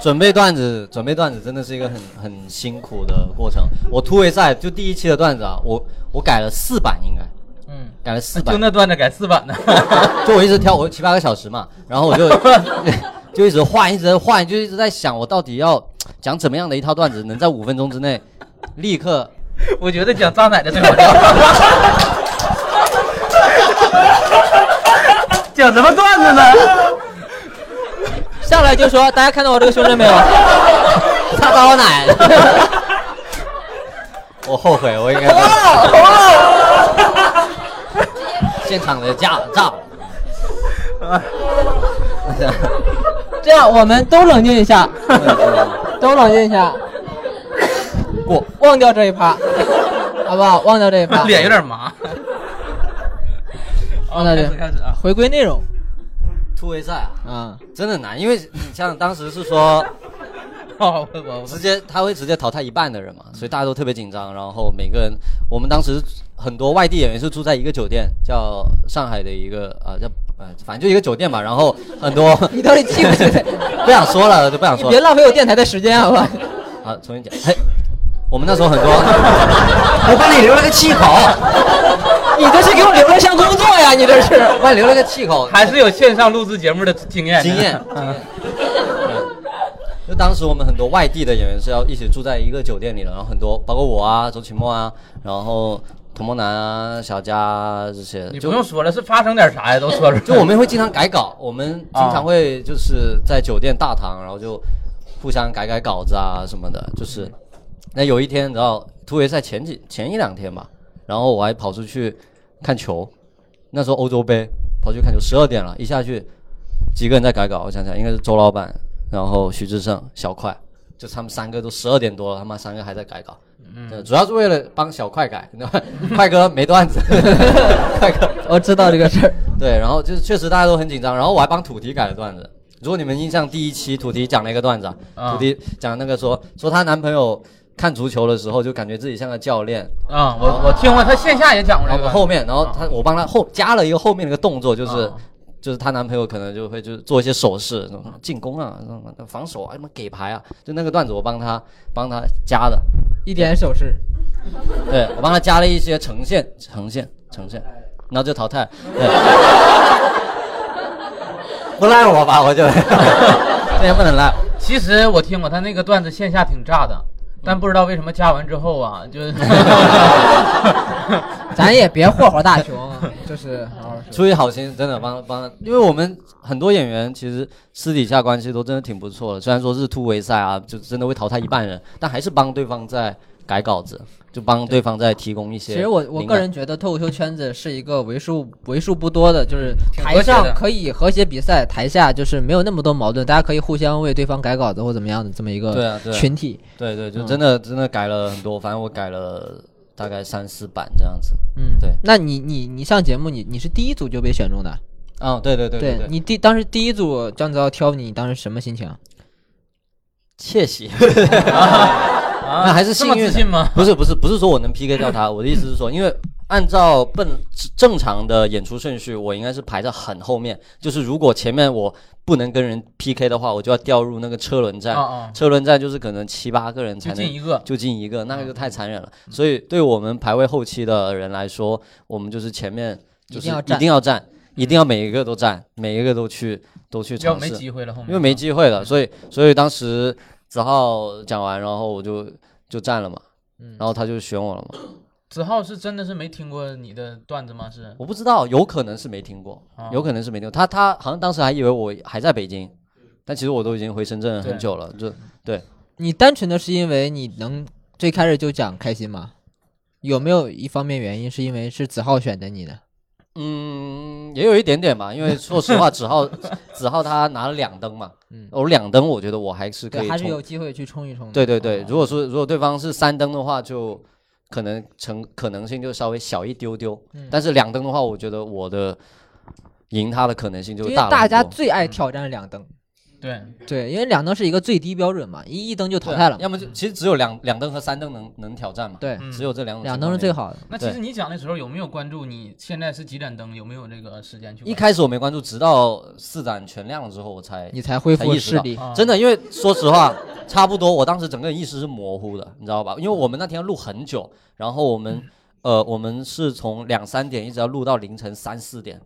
准备段子，准备段子真的是一个很很辛苦的过程。我突围赛就第一期的段子啊，我我改了四版，应该
嗯，
改了四版
就。那段子改四版的，
就我一直挑，我七八个小时嘛，然后我就 就一直换，一直在换，就一直在想我到底要讲怎么样的一套段子，能在五分钟之内立刻。
我觉得讲扎奶的最好笑。讲什么段子呢？
上来就说，大家看到我这个胸针没有？
他把我奶！我后悔，我应该
啊
现场的炸炸了。
这样，我们都冷静 一下，都冷静一下，
过
忘掉这一趴，好不好？忘掉这一
啊
趴，
脸有点麻。
忘掉这
开始开始啊
回归内容
突围赛啊，
啊。
真的难，因为你像当时是说
哦，我我
直接他会直接淘汰一半的人嘛，所以大家都特别紧张。然后每个人，我们当时很多外地演员是住在一个酒店，叫上海的一个呃叫呃反正就一个酒店吧。然后很多
你到底记不记得？
不想说了，就不想
你
说
别
了。
浪费我电台的时间，好吧？
好，重新讲。嘿，我们那时候很多，我帮你留了个气口，
你这是给我留了项工作呀！你这是。
我帮你留了个气口，
还是有线上录制节目的经验的，
经验经
嗯
验嗯就当时我们很多外地的演员是要一起住在一个酒店里的，然后很多包括我啊、周奇墨啊，然后童梦楠啊、小佳啊这些，
你
就
不用说了，是发生点啥呀？都说出来。
就我们会经常改稿，我们经常会就是在酒店大堂，然后就互相改改稿子啊什么的。就是那有一天，然后突围赛前几前一两天吧，然后我还跑出去看球，那时候欧洲杯跑去看球，十二点了，一下去几个人在改稿，我想想应该是周老板，然后徐志胜、小快，就他们三个都十二点多了，他妈三个还在改稿。嗯，主要是为了帮小快改，你知道吧 快哥没段子， 快哥
我知道这个 事儿，
对，然后就是确实大家都很紧张，然后我还帮土提改了段子。如果你们印象第一期土提讲了一个段子、啊，
啊
土提讲那个说说她男朋友看足球的时候就感觉自己像个教练，
啊，我我听过，他线下也讲过
然
这
后
个。
后面然后她我帮她后加了一个后面那个动作，就是、
啊
就是她男朋友可能就会就是做一些手势，什么进攻啊，什么防守啊，什么给牌啊，就那个段子我帮她帮她加的，
一点手 势，
对我帮他加了一些呈现、呈现、呈现，然后就淘汰。对， 不赖我吧，我 就这也不能赖。
其实我听过他那个段子，线下挺炸的，
嗯
但不知道为什么加完之后啊， 就
咱也别霍霍大熊，就是好好说。
出于好心，真的帮帮，因为我们很多演员其实私底下关系都真的挺不错的，虽然说日突围赛啊，就真的会淘汰一半人，但还是帮对方在改稿子，就帮对方在提供一些
其
灵
实
感。
我我个人觉得脱口秀圈子是一个为数为数不多的，就是
嗯挺
台
和谐的
上可以和谐比赛，台下就是没有那么多矛盾，大家可以互相为对方改稿子或怎么样的这么一
对
个
啊对啊
群体。
对对，就
嗯
真的、真的改了很多，反正我改了大概三四版这样子。
嗯
对
那你你你上节目，你你是第一组就被选中的，
啊，对对对对对，
你第当时第一组姜子要挑你，你当时什么心情？啊
窃喜。
啊
那还是幸
这
运
么
的
自信吗？
不是不是不是说我能 PK 掉他，我 的意思是说，因为按照笨正常的演出顺序，我应该是排在很后面。就是如果前面我不能跟人 PK 的话，我就要掉入那个车轮战。
啊啊，
车轮战就是可能七八个人才
就
能
进一个，
就进一个，那个就太残忍了。
啊
所以对我们排位后期的人来说，我们就是前面就
一
是
定要
一
站
定要站，一定要每一个都站，每一个都去都去
嗯要
尝
没
试。
机会了，后面啊
因为没机会了，所以所以当时子浩讲完，然后我就就站了嘛，
嗯
然后他就选我了嘛。
子浩是真的是没听过你的段子吗？是，
我不知道，有可能是没听过，
啊
有可能是没听过。他他好像当时还以为我还在北京，但其实我都已经回深圳
对
很久了。就
你单纯的是因为你能最开始就讲开心吗？有没有一方面原因是因为是子浩选的你的？
嗯，也有一点点吧，因为说实话，子浩 子浩他拿了两灯嘛，
嗯
我两灯我觉得我还是可
对，
以
还是
冲
有机会去冲一冲的。
对对对，
哦
如果说如果对方是三灯的话，就可能成可能性就稍微小一丢丢，
嗯
但是两灯的话，我觉得我的赢他的可能性就
因为
大了很多。
大家最爱挑战两灯，
对，
对，因为两灯是一个最低标准嘛，一一灯就淘汰了嘛。
要么就其实只有两两灯和三灯能能挑战嘛，
对，
嗯
只有这两种
两
情
灯
况
是最
下。
好的。
那其实你讲的时候有没有关注你现在是几盏灯？有没有这个时间去关注？
一开始我没关注，直到四盏全亮了之后，我才
你才恢
才
复
意识
视
到
力，
啊
真的，因为说实话，差不多，我当时整个人意识是模糊的，你知道吧？因为我们那天录很久，然后我们，呃，我们是从两三点一直要录到凌晨三四点，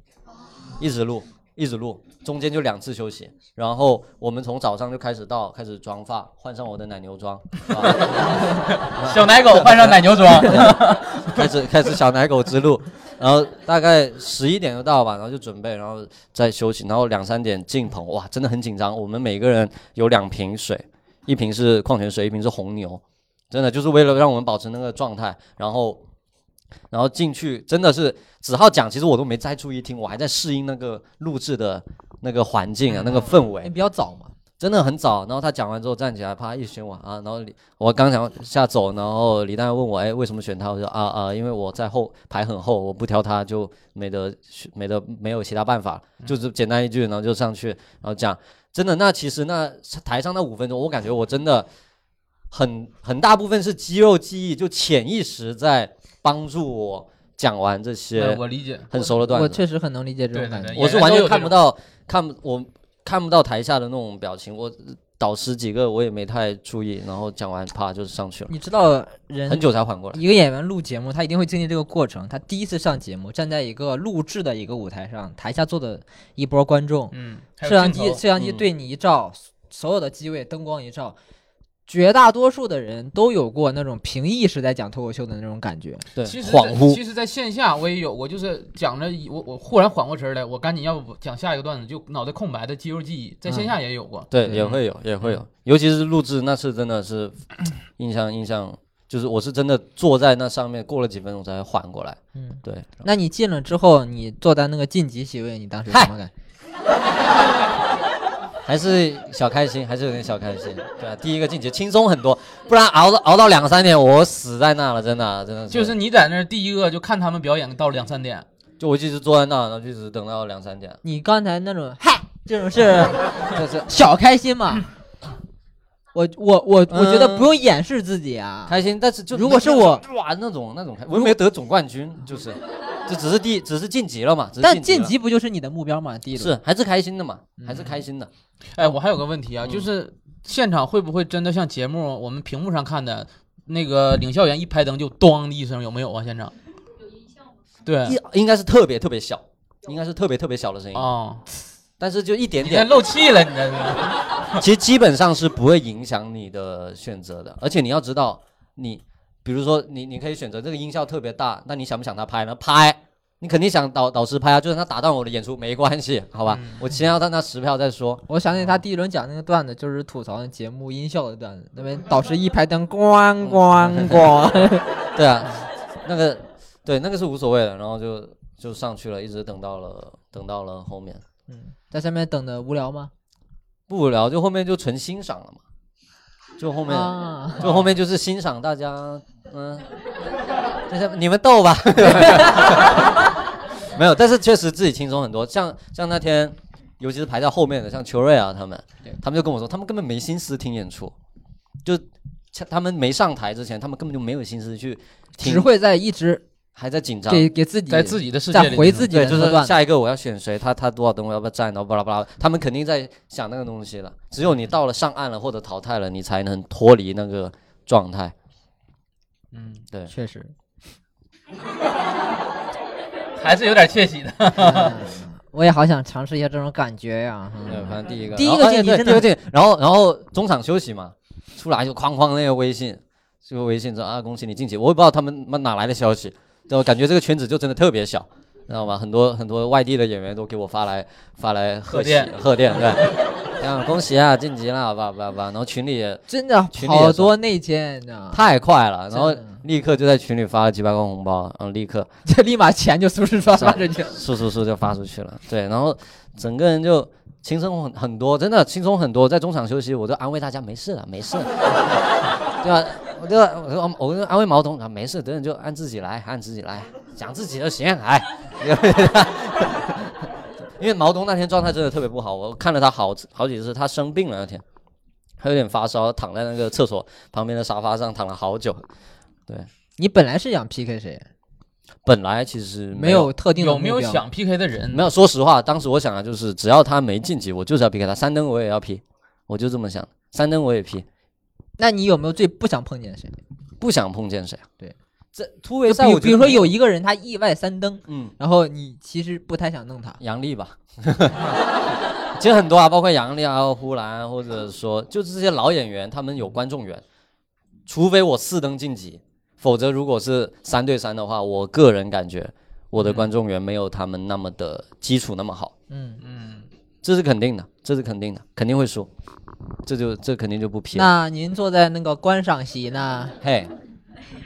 一直录，一直录，中间就两次休息。然后我们从早上就开始到开始妆发，换上我的奶牛装，啊
小奶狗换上奶 牛装，
开始开始小奶狗之路。然后大概十一点就到吧，然后就准备，然后再休息，然后两三点进棚，哇，真的很紧张。我们每个人有两瓶水，一瓶是矿泉水，一瓶是红牛，真的就是为了让我们保持那个状态。然后，然后进去真的是子浩讲，其实我都没再注意听，我还在适应那个录制的那个环境啊，那个氛
因为
围，
哎比较早嘛。
真的很早。然后他讲完之后站起来，啪一选我啊，然后李我刚想下走，然后李诞问我，哎，为什么选他？我说啊啊，因为我在后排很后，我不挑他就没得选没得没有其他办法，
嗯
就是简单一句，然后就上去，然后讲。真的，那其实那台上那五分钟，我感觉我真的很很大部分是肌肉记忆，就潜意识在帮助我讲完这
对
些
嗯我理解。
很熟的段
我
子。
确实很能理解这种
对对
感觉
对。
我是
演员
完
都
全
有
看
这
不
种
到看不我看不到台下的那种表情，我导师几个我也没太注意，然后讲完啪就是上去了，
你知道人
很久才缓过来。
一个演员录节目，他一定会经历这个过程。他第一次上节目，站在一个录制的一个舞台上，台下坐的一波观众，
嗯，还有
摄像
镜头
机摄像机
嗯
对你一照，所有的机位灯光一照，绝大多数的人都有过那种凭意识在讲脱口秀的那种感觉。
对，
其实
恍
在
惚
其实，在线下我也有，我就是讲着一，我我忽然缓过神儿来，我赶紧要不讲下一个段子，就脑袋空白的肌肉记忆，在线下也有过。
嗯对，
对
也会有，也会
嗯
有，尤其是录制那次，真的是印象印象，就是我是真的坐在那上面，过了几分钟才缓过来。
嗯，
对，
那你进了之后，你坐在那个晋级席位，你当时什么感觉？
还是小开心，还是有点小开心。对啊，第一个进去轻松很多，不然熬到熬到两三点，我死在那了，真的，啊真的
就是你在那儿第一个就看他们表演到两三点，
就我一直坐在那，然后就一直等到两三点。
你刚才那种嗨，这种是
这是
小开心嘛？ 我我我我觉得
嗯
不用掩饰自己啊。
开心，但是就
如果是我嗯
哇那种那种开，我又没有得总冠军，就是，这只是第只是晋级了嘛，只是
但晋
了
级不就是你的目标吗？第一嗯轮
是还是开心的嘛，还是开心的。嗯
哎，我还有个问题啊，就是现场会不会真的像节目我们屏幕上看的，那个领校园一拍灯就咚的一声，有没有啊？现场有
嗯
音效吗？
应应该是特别特别小，应该是特别特别小的
对
声音，
啊、
但是就一哎点
你这
点，
漏气了，你这 是。
其实基本上是不会影响你的选择的。而且你要知道，你比如说你你可以选择这个音效特别大，那你想不想他拍呢？拍，你肯定想导导师拍啊，就算他打断我的演出没关系，好吧？
嗯
我先要让他十票再说。
我想起他第一轮讲那个段子，就是吐槽那节目音效的段子，那边导师一排灯咣咣咣，
对啊，那个对那个是无所谓的，然后就就上去了，一直等到了等到了后面
嗯，在下面等的无聊吗？
不无聊，就后面就纯欣赏了嘛，就后面、
啊，
就后面就是欣赏大家，嗯，就是你们逗吧， 没有，但是确实自己轻松很多。像像那天，尤其是排在后面的，像邱瑞啊他们
对，
他们就跟我说，他们根本没心思听演出，就他们没上台之前，他们根本就没有心思去
只
听，
会在一直
还在紧张。
给给自己
在自己的世界
在
里，
回自己
对，
的
就
那个
是
段子，
下一个我要选谁，他他多少等我要不要站，然后巴拉巴拉，他们肯定在想那个东西了。只有你到了上岸了或者淘汰了，你才能脱离那个状态。
嗯，
确实，
还是有点窃喜的。
嗯我也好想尝试一下这种感觉呀。嗯
对，反正第一个，
第一
然
个
后
晋
哎
级
对
真
第
的
一个进，然后然后中场休息嘛，出来就哐哐那个微信，就微信说啊恭喜你晋级，我也不知道他们妈哪来的消息，但我感觉这个圈子就真的特别小，知道吗？很多很多外地的演员都给我发来发来贺
贺
喜
电
贺电，对，啊恭喜啊晋级了，吧吧吧，然后群里也
真的
群里也
好
是
多内奸呢，
太快了，然后
真的
立刻就在群里发了几百块红包，然后立刻
这立马钱就嗖嗖刷刷着去了。
速速速就发出去了，对，然后整个人就轻松很很多，真的轻松很多。在中场休息，我就安慰大家没事了，没事了，对吧？我就我就我就安慰毛东啊，没事，等等就按自己来，按自己来，讲自己就行，哎。 因为毛东那天状态真的特别不好，我看了他好好几次，他生病了那天，他有点发烧，躺在那个厕所旁边的沙发上躺了好久。
你本来是想 PK 谁？啊
本来其实
没
有
有特定的
有没有
目标
想 PK 的人？
没有，说实话，当时我想的就是，只要他没晋级，我就是要 PK 他，三灯我也要 P，我就这么想，三灯我也 P，
那你有没有最不想碰见谁？
不想碰见谁。
对，
这突围赛
比
我
如
觉得
比如说
没
有一个人他意外三登，
嗯，
然后你其实不太想弄他，
杨笠吧， 其实很多啊，包括杨笠啊、呼兰啊，或者说就是这些老演员，他们有观众缘，除非我四灯晋级，否则如果是三对三的话，我个人感觉我的观众缘没有他们那么的基础那么好。
嗯，
嗯，
这是肯定的，这是肯定的，肯定会输，这就这肯定就不 P 了。
那您坐在那个观赏席呢，
嘿，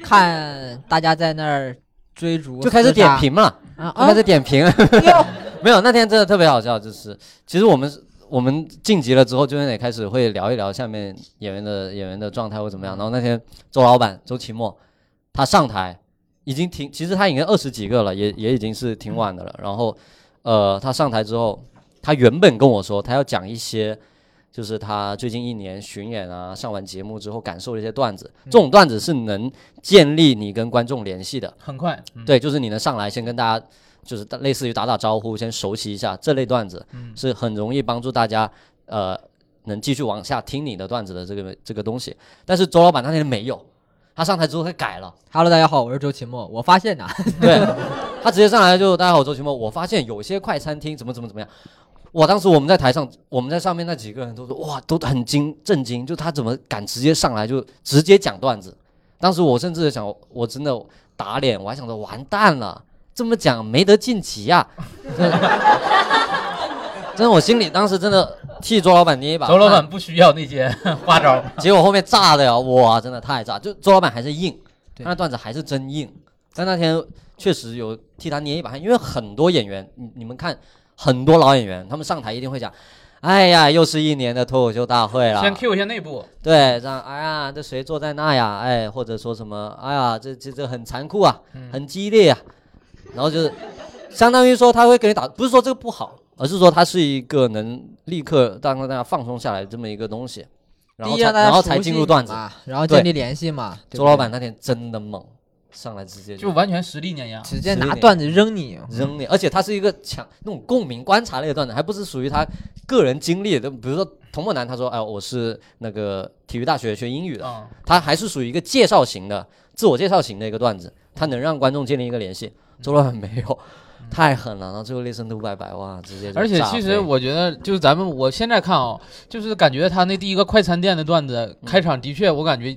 看大家在那儿追逐，
就开始
厮
点
杀
评嘛，
啊
就
啊
开！始点评。 没有，那天真的特别好笑，就是其实我们我们晋级了之后，就得开始会聊一聊下面演员的演员的状态或怎么样。然后那天周老板周奇墨他上台已经挺，其实他已经二十几个了，也也已经是挺晚的了。然后呃，他上台之后，他原本跟我说他要讲一些。就是他最近一年巡演啊，上完节目之后感受的一些段子，这种段子是能建立你跟观众联系的。
很快。嗯，
对，就是你能上来先跟大家，就是类似于打打招呼，先熟悉一下这类段子，
嗯
是很容易帮助大家呃能继续往下听你的段子的这个这个东西。但是周老板那天没有，他上台之后他改了，
Hello，大家好，我是周奇墨。我发现呐，
对他直接上来就大家好，我周奇墨，我发现有些快餐厅怎么怎么怎么样。哇！当时我们在台上，我们在上面那几个人都说哇，都很惊震惊，就他怎么敢直接上来就直接讲段子？当时我甚至想，我真的打脸，我还想着完蛋了，这么讲没得晋级啊！ 真的，真的我心里当时真的替周老板捏一把汗。
周老板不需要那些 花招。
结果后面炸的呀，哇，真的太炸！就周老板还是硬，
对
他那段子还是真硬。但那天确实有替他捏一把汗，因为很多演员，你你们看，很多老演员，他们上台一定会讲，哎呀，又是一年的脱口秀大会了。
先 Q 一下内部，
对，这样，哎呀，这谁坐在那呀？哎，或者说什么，哎呀，这这这很残酷啊，
嗯
很激烈啊。然后就是，相当于说他会给你打，不是说这个不好，而是说它是一个能立刻让大家放松下来这么一个东西。然
第
后
一
才
让大家
然后
熟
才
悉
进
你
入段子，
嘛，然后
对
建立联系嘛。对不
周老
对
板那天真的猛，上来直接
就完全实力碾压。
直接
实力
拿
点
段子扔你，
扔你，而且它是一个强那种共鸣观察类的段子，还不是属于他个人经历的。比如说童梦楠，他说：“哎，我是那个体育大学学英语的。
啊，”
他还是属于一个介绍型的、自我介绍型的一个段子，他能让观众建立一个联系。周老板没有，太狠了，然后最后 listen to 拜拜哇，直接就
而且
炸
其
飞
实我觉得，就是咱们我现在看啊、就是感觉他那第一个快餐店的段子
嗯
开场，的确我感觉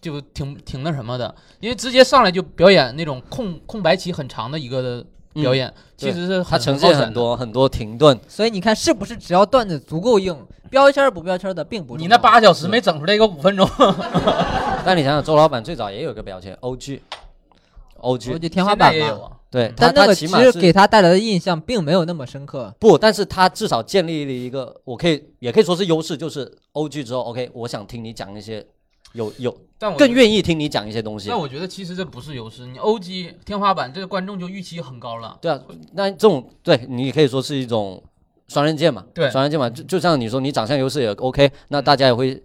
就挺挺那什么的，因为直接上来就表演那种空空白期很长的一个的表演，其
嗯对
实是
他
很
呈
高
现
产
很多很多停顿，
所以你看是不是只要段子足够硬，标签儿不标签儿的并不
的。
重
你那
要
八小时没整出来一个五分钟，
但你想想，周老板最早也有个标签 OG。O
我
G，
就天花板
现在也有
嘛。
啊。
对，他
嗯但那
他
个
起
其
码
实
是
给他带来的印象并没有那么深刻。
不，但是他至少建立了一个，我可以也可以说是优势，就是 O G 之后，OK，我想听你讲一些有有
但我
更愿意听你讲一些东西
但。我觉得其实这不是优势，你 OG 天花板，这个观众就预期很高了。
对啊，那这种对你也可以说是一种双刃剑嘛，
对
双刃剑嘛，就就像你说你长相优势也 OK，那大家也会。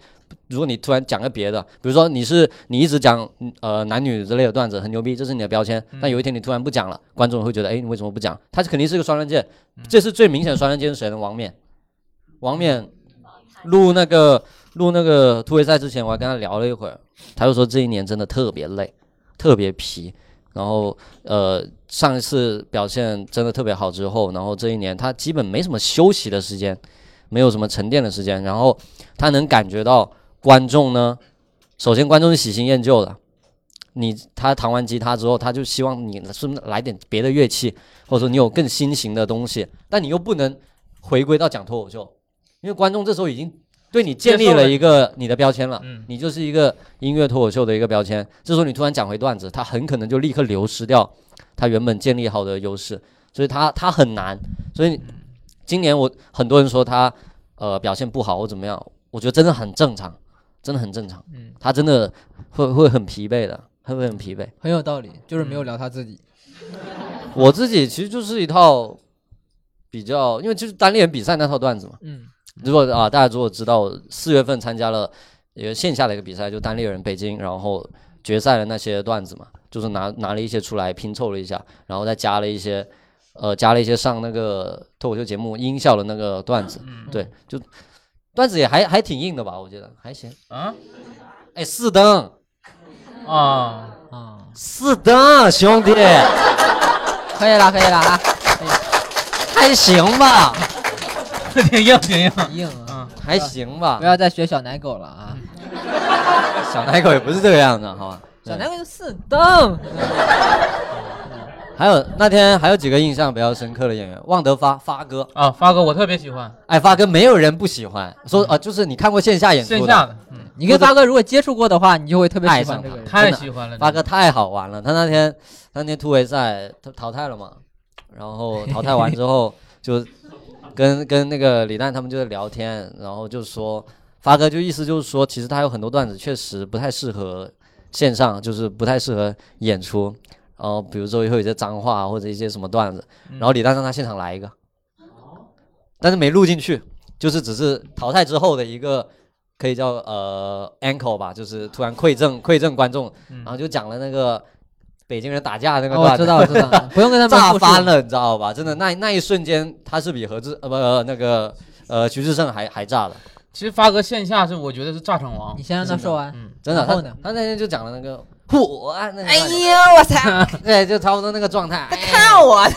如果你突然讲个别的，比如说你是你一直讲呃男女之类的段子很牛逼，这是你的标签，但有一天你突然不讲了，观众会觉得哎你为什么不讲？它肯定是一个双刃剑，这是最明显的双刃剑是谁呢？王冕，王冕录那个录那个突围赛之前，我还跟他聊了一会儿，他就说这一年真的特别累，特别疲，然后呃上一次表现真的特别好之后，然后这一年他基本没什么休息的时间，没有什么沉淀的时间，然后他能感觉到观众呢，首先观众是喜新厌旧的。你他弹完吉他之后，他就希望你是不是来点别的乐器，或者说你有更新型的东西，但你又不能回归到讲脱口秀，因为观众这时候已经对你建立
接受了
了一个你的标签了，
嗯
你就是一个音乐脱口秀的一个标签。这时候你突然讲回段子，他很可能就立刻流失掉他原本建立好的优势，所以他他很难。所以今年我很多人说他呃表现不好或怎么样，我觉得真的很正常，真的很正常。
嗯，
他真的会会很疲惫的，会会很疲惫。
很有道理，就是
嗯
没有聊他自己。
我自己其实就是一套比较，因为就是单立人比赛那套段子嘛。
嗯，
如果啊，大家如果知道，四月份参加了一个线下的一个比赛，就单立人北京，然后决赛的那些段子嘛，就是拿拿了一些出来拼凑了一下，然后再加了一些，呃，加了一些上那个脱口秀节目音效的那个段子，对，就段子也还还挺硬的吧，我觉得还行。
啊
哎，四灯，
啊，
四灯，兄弟，
可以了，可以了啊，
还行吧，
挺硬挺硬。
硬啊，
还行吧
不，要再学小奶狗了啊！
嗯小奶狗也不是这个样子，好吧。
小奶狗就四灯，
还有那天还有几个印象比较深刻的演员，旺德发发哥，
啊，发哥，我特别喜欢
哎，发哥没有人不喜欢，说呃，就是你看过线下演出
嗯线
的，
下的，嗯，
你跟发哥如果接触过的话，你就会特别喜欢这个
爱上
人。
他
太喜欢了。
发哥太好玩了。他那天他那天突围赛他淘汰了嘛，然后淘汰完之后就跟 跟那个李诞他们就在聊天，然后就说发哥就意思就是说，其实他有很多段子确实不太适合线上，就是不太适合演出。然后比如说会有一些脏话或者一些什么段子，
嗯
然后李诞让他现场来一个，但是没录进去，就是只是淘汰之后的一个可以叫呃 ankle 吧，就是突然馈赠馈赠观众，然后就讲了那个北京人打架那个
嗯哦我
段子，
知道， 我知道，不用跟他们
炸
复述
翻。了，你知道吧？真的那那一瞬间，他是比何志呃不呃那个呃徐志胜还还炸的，
其实发哥线下是我觉得是炸场王
你，先让他说完。
嗯，
真的。
然
他
后呢
他那天就讲了那个我啊那个段
哎
子，
呦，我操！
对，就差不多那个状态，哎
看我，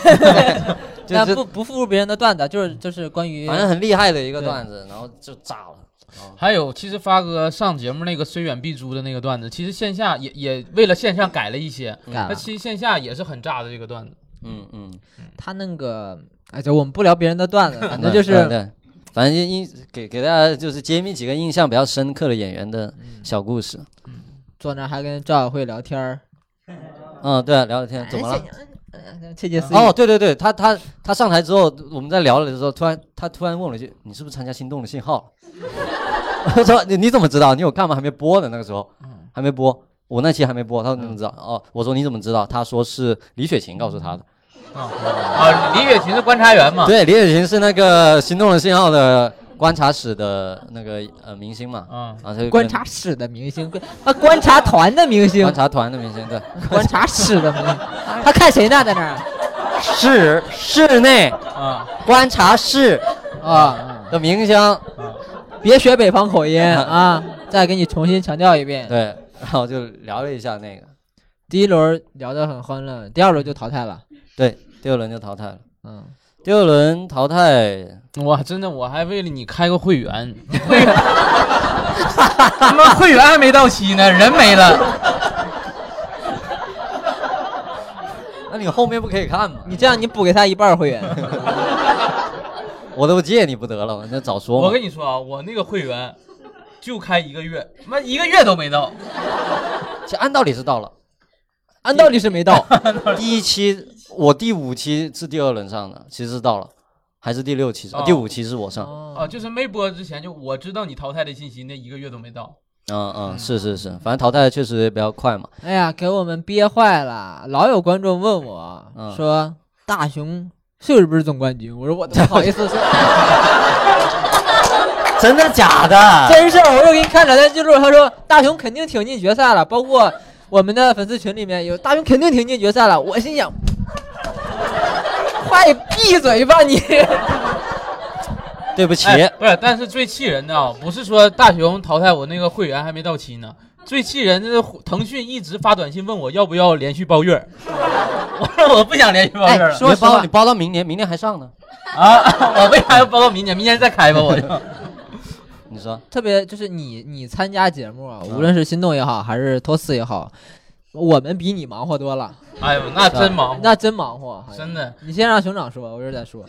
就
但
就
不不附别人的段子，就是就是关于
反正很厉害的一个
对
段子，然后就炸了。
还有其实发哥上节目那个虽远必诛的那个段子，其实线下也也为了线上改了一些，
干
那其实线下也是很炸的这个段子。
嗯嗯，
他那个，哎，就我们不聊别人的 段子，反正
对
就
对
是
对反正就印给给大家就是揭秘几个印象比较深刻的演员的
嗯
小故事。
坐那儿还跟赵晓慧聊天儿，
嗯，对、啊，聊聊
哎
天怎么了？
了？窃窃私语。
哦，对对对，他他他上台之后，我们在聊的时候，突然他突然问了一句：“你是不是参加心动的信号 了？”我说：“你你怎么知道？你有看吗？还没播呢，那个时候
嗯
还没播，我那期还没播。”他说：“你怎么知道？”哦，我说：“你怎么知道？”他说：“是李雪琴告诉他的。
嗯
啊，李雪琴是观察员嘛？
对，李雪琴是那个心动的信号的观察室的那个呃明星嘛，
啊，
然后他就跟
观察室的明星，观啊观察团的明星
观，察团的明星，对，
观察室的明星， 他看谁呢？在那儿
室室内
啊，
观察室
啊，
的明星，
别学北方 口音啊！再给你重新强调一遍，
对，然后就聊了一下那个，
第一轮聊得很欢乐，第二轮就淘汰了。
对，第二轮就淘汰了，
嗯，
第二轮淘汰
我真的我还为了你开个会员，会员他妈会员还没到期呢，人没了。
那你后面不可以看吗？
你这样你补给他一半会员，
我都借你不得了，那早说嘛。
我跟你说啊，我那个会员就开一个月，妈一个月都没到。
其实按道理是到了，
按道理是没到。
第一期我第五期是第二轮上的，其实是到了，还是第六期上、
哦
第五期是我上，
啊，
哦，
就是没播之前就我知道你淘汰的信息，那一个月都没到。
嗯嗯，是是是，反正淘汰的确实也比较快嘛。
哎呀，给我们憋坏了！老有观众问我、
嗯
说：“大熊是不是总冠军？”我说：“我都不好意思说，
真的假的？
真事儿。”我又给你看聊天记录，他说：“大熊肯定挺进决赛了。”包括我们的粉丝群里面有大熊肯定挺进决赛了。我心想， 快闭嘴吧你！
对不起，
哎，不是，但是最气人的啊，不是说大熊淘汰我那个会员还没到期呢，最气人的是腾讯一直发短信问我要不要连续包月儿， 我说我不想连续包月儿
哎，
了、
说
你
实话
包你，包到明年，明年还上呢。
啊，我为啥要包到明年？明年再开吧，我就。
你说
特别就是你你参加节目啊，
嗯
无论是心动也好，还是托四也好，我们比你忙活多了，啊
哎呦，那真忙，
那真忙活，好像
真的。
你先让熊掌说，我一会儿再说。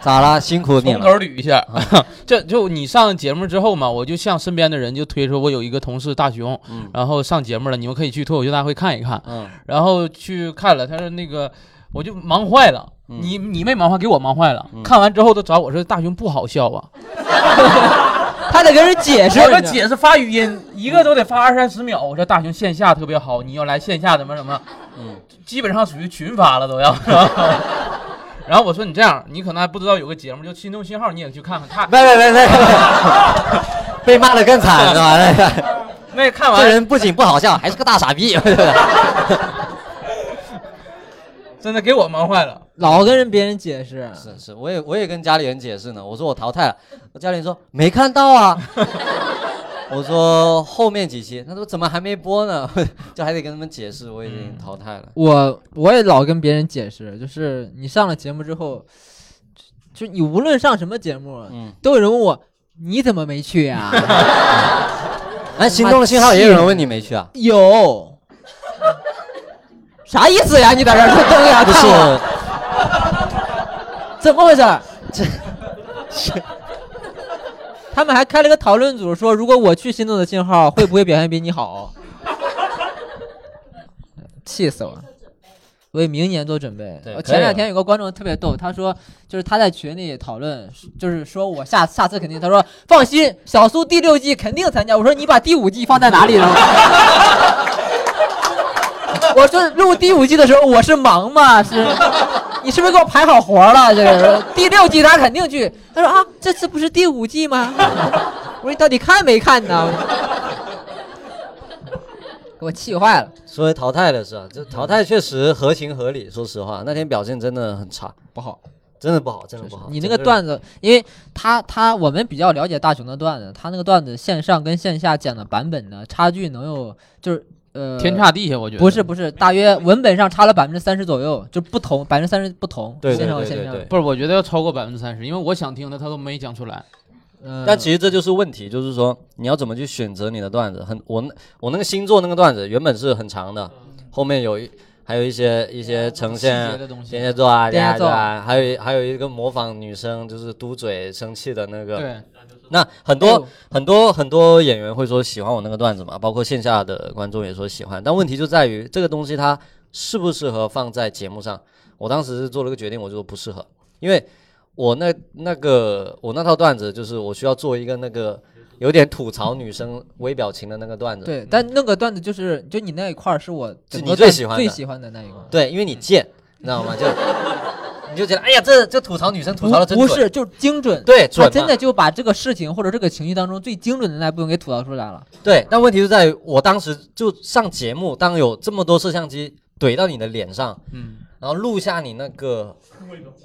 咋啦？辛苦
从
你了。啊
头捋一下， 这就你上节目之后嘛，我就向身边的人就推说，我有一个同事大熊，
嗯
然后上节目了，你们可以去脱口秀大会看一看。
嗯，
然后去看了，他说那个我就忙坏了，
嗯
你你没忙坏，给我忙坏了。
嗯
看完之后都找我说大熊不好笑啊，
他得跟人解释，
我跟解释发语音，一个都得发二三十秒。我说大熊线下特别好，你要来线下怎么怎么，
嗯，
基本上属于群发了都要。 然后我说你这样，你可能还不知道有个节目叫《心动信号》，你也去看看。他
喂喂喂喂，被骂的更惨是吧？
那看
这
完
人不仅不好笑，还是个大傻逼。
真的给我忙坏了。
老跟人别人解释，
是是，我也我也跟家里人解释呢，我说我淘汰了，我家里人说没看到啊，我说后面几期，他说怎么还没播呢？ 就还得跟他们解释我已经淘汰了。
我我也老跟别人解释，就是你上了节目之后，就就你无论上什么节目，
嗯，
都有人问我你怎么没去啊呀、
哎，心动的信号也有人问你没去啊？
有， 啥意思呀？你在这儿 瞪呀？
不
看我
是，
怎么回事？这 是。他们还开了个讨论组，说如果我去心动的信号，会不会表现比你好？气死我了！为明年做准备
对。
我
可以
前两天有个观众特别逗，他说就是他在群里讨论，就是说我下下次肯定，他说放心，小苏第六季肯定参加。我说你把第五季放在哪里了？ 我说录第五季的时候我是忙嘛，是，你是不是给我排好活了？这个第六季他肯定去。他说啊，这次不是第五季吗？ 我说你到底看没看呢？ 给我气坏了，
所以淘汰了是吧？这淘汰确实合情合理。说实话，那天表现真的很差，
嗯不好。
真的不好，真的不好。
你那个段子，因为他他我们比较了解大熊的段子，他那个段子线上跟线下讲的版本呢，差距能有就是呃
天差地下，我觉得
不是不是，大约文本上差了百分之三十左右，就不同百分之三十不同，
对对
线上和
对
线
对
下。
对
不是，我觉得要超过百分之三十，因为我想听的他都没讲出来。
嗯
但其实这就是问题，就是说你要怎么去选择你的段子。很，我那我那个星座那个段子原本是很长的，后面有一还有一些一些呈
嗯细节
现
的东西
天蝎座啊、
天蝎座
啊，还有一还有一个模仿女生就是嘟嘴生气的那个。
对，
那很
哎
多
呦
很多很多演员会说喜欢我那个段子嘛，包括线下的观众也说喜欢，但问题就在于这个东西它适不适合放在节目上。我当时是做了个决定，我就说不适合，因为我那那个我那套段子就是我需要做一个那个有点吐槽女生微表情的那个段子。
对，但那个段子就是，就你那一块儿是我整
是
个
你最
段
喜欢的嗯
最喜欢的那一块儿。
对，因为你贱，你知道吗？就你就觉得哎呀，这这吐槽女生吐槽的真
不不
准
是，就是精准。
对准
他
嘛
真的就把这个事情或者这个情绪当中最精准的那部分给吐槽出来了。
对，但问题就在于我当时就上节目，当有这么多摄像机怼到你的脸上，
嗯，
然后录下你那个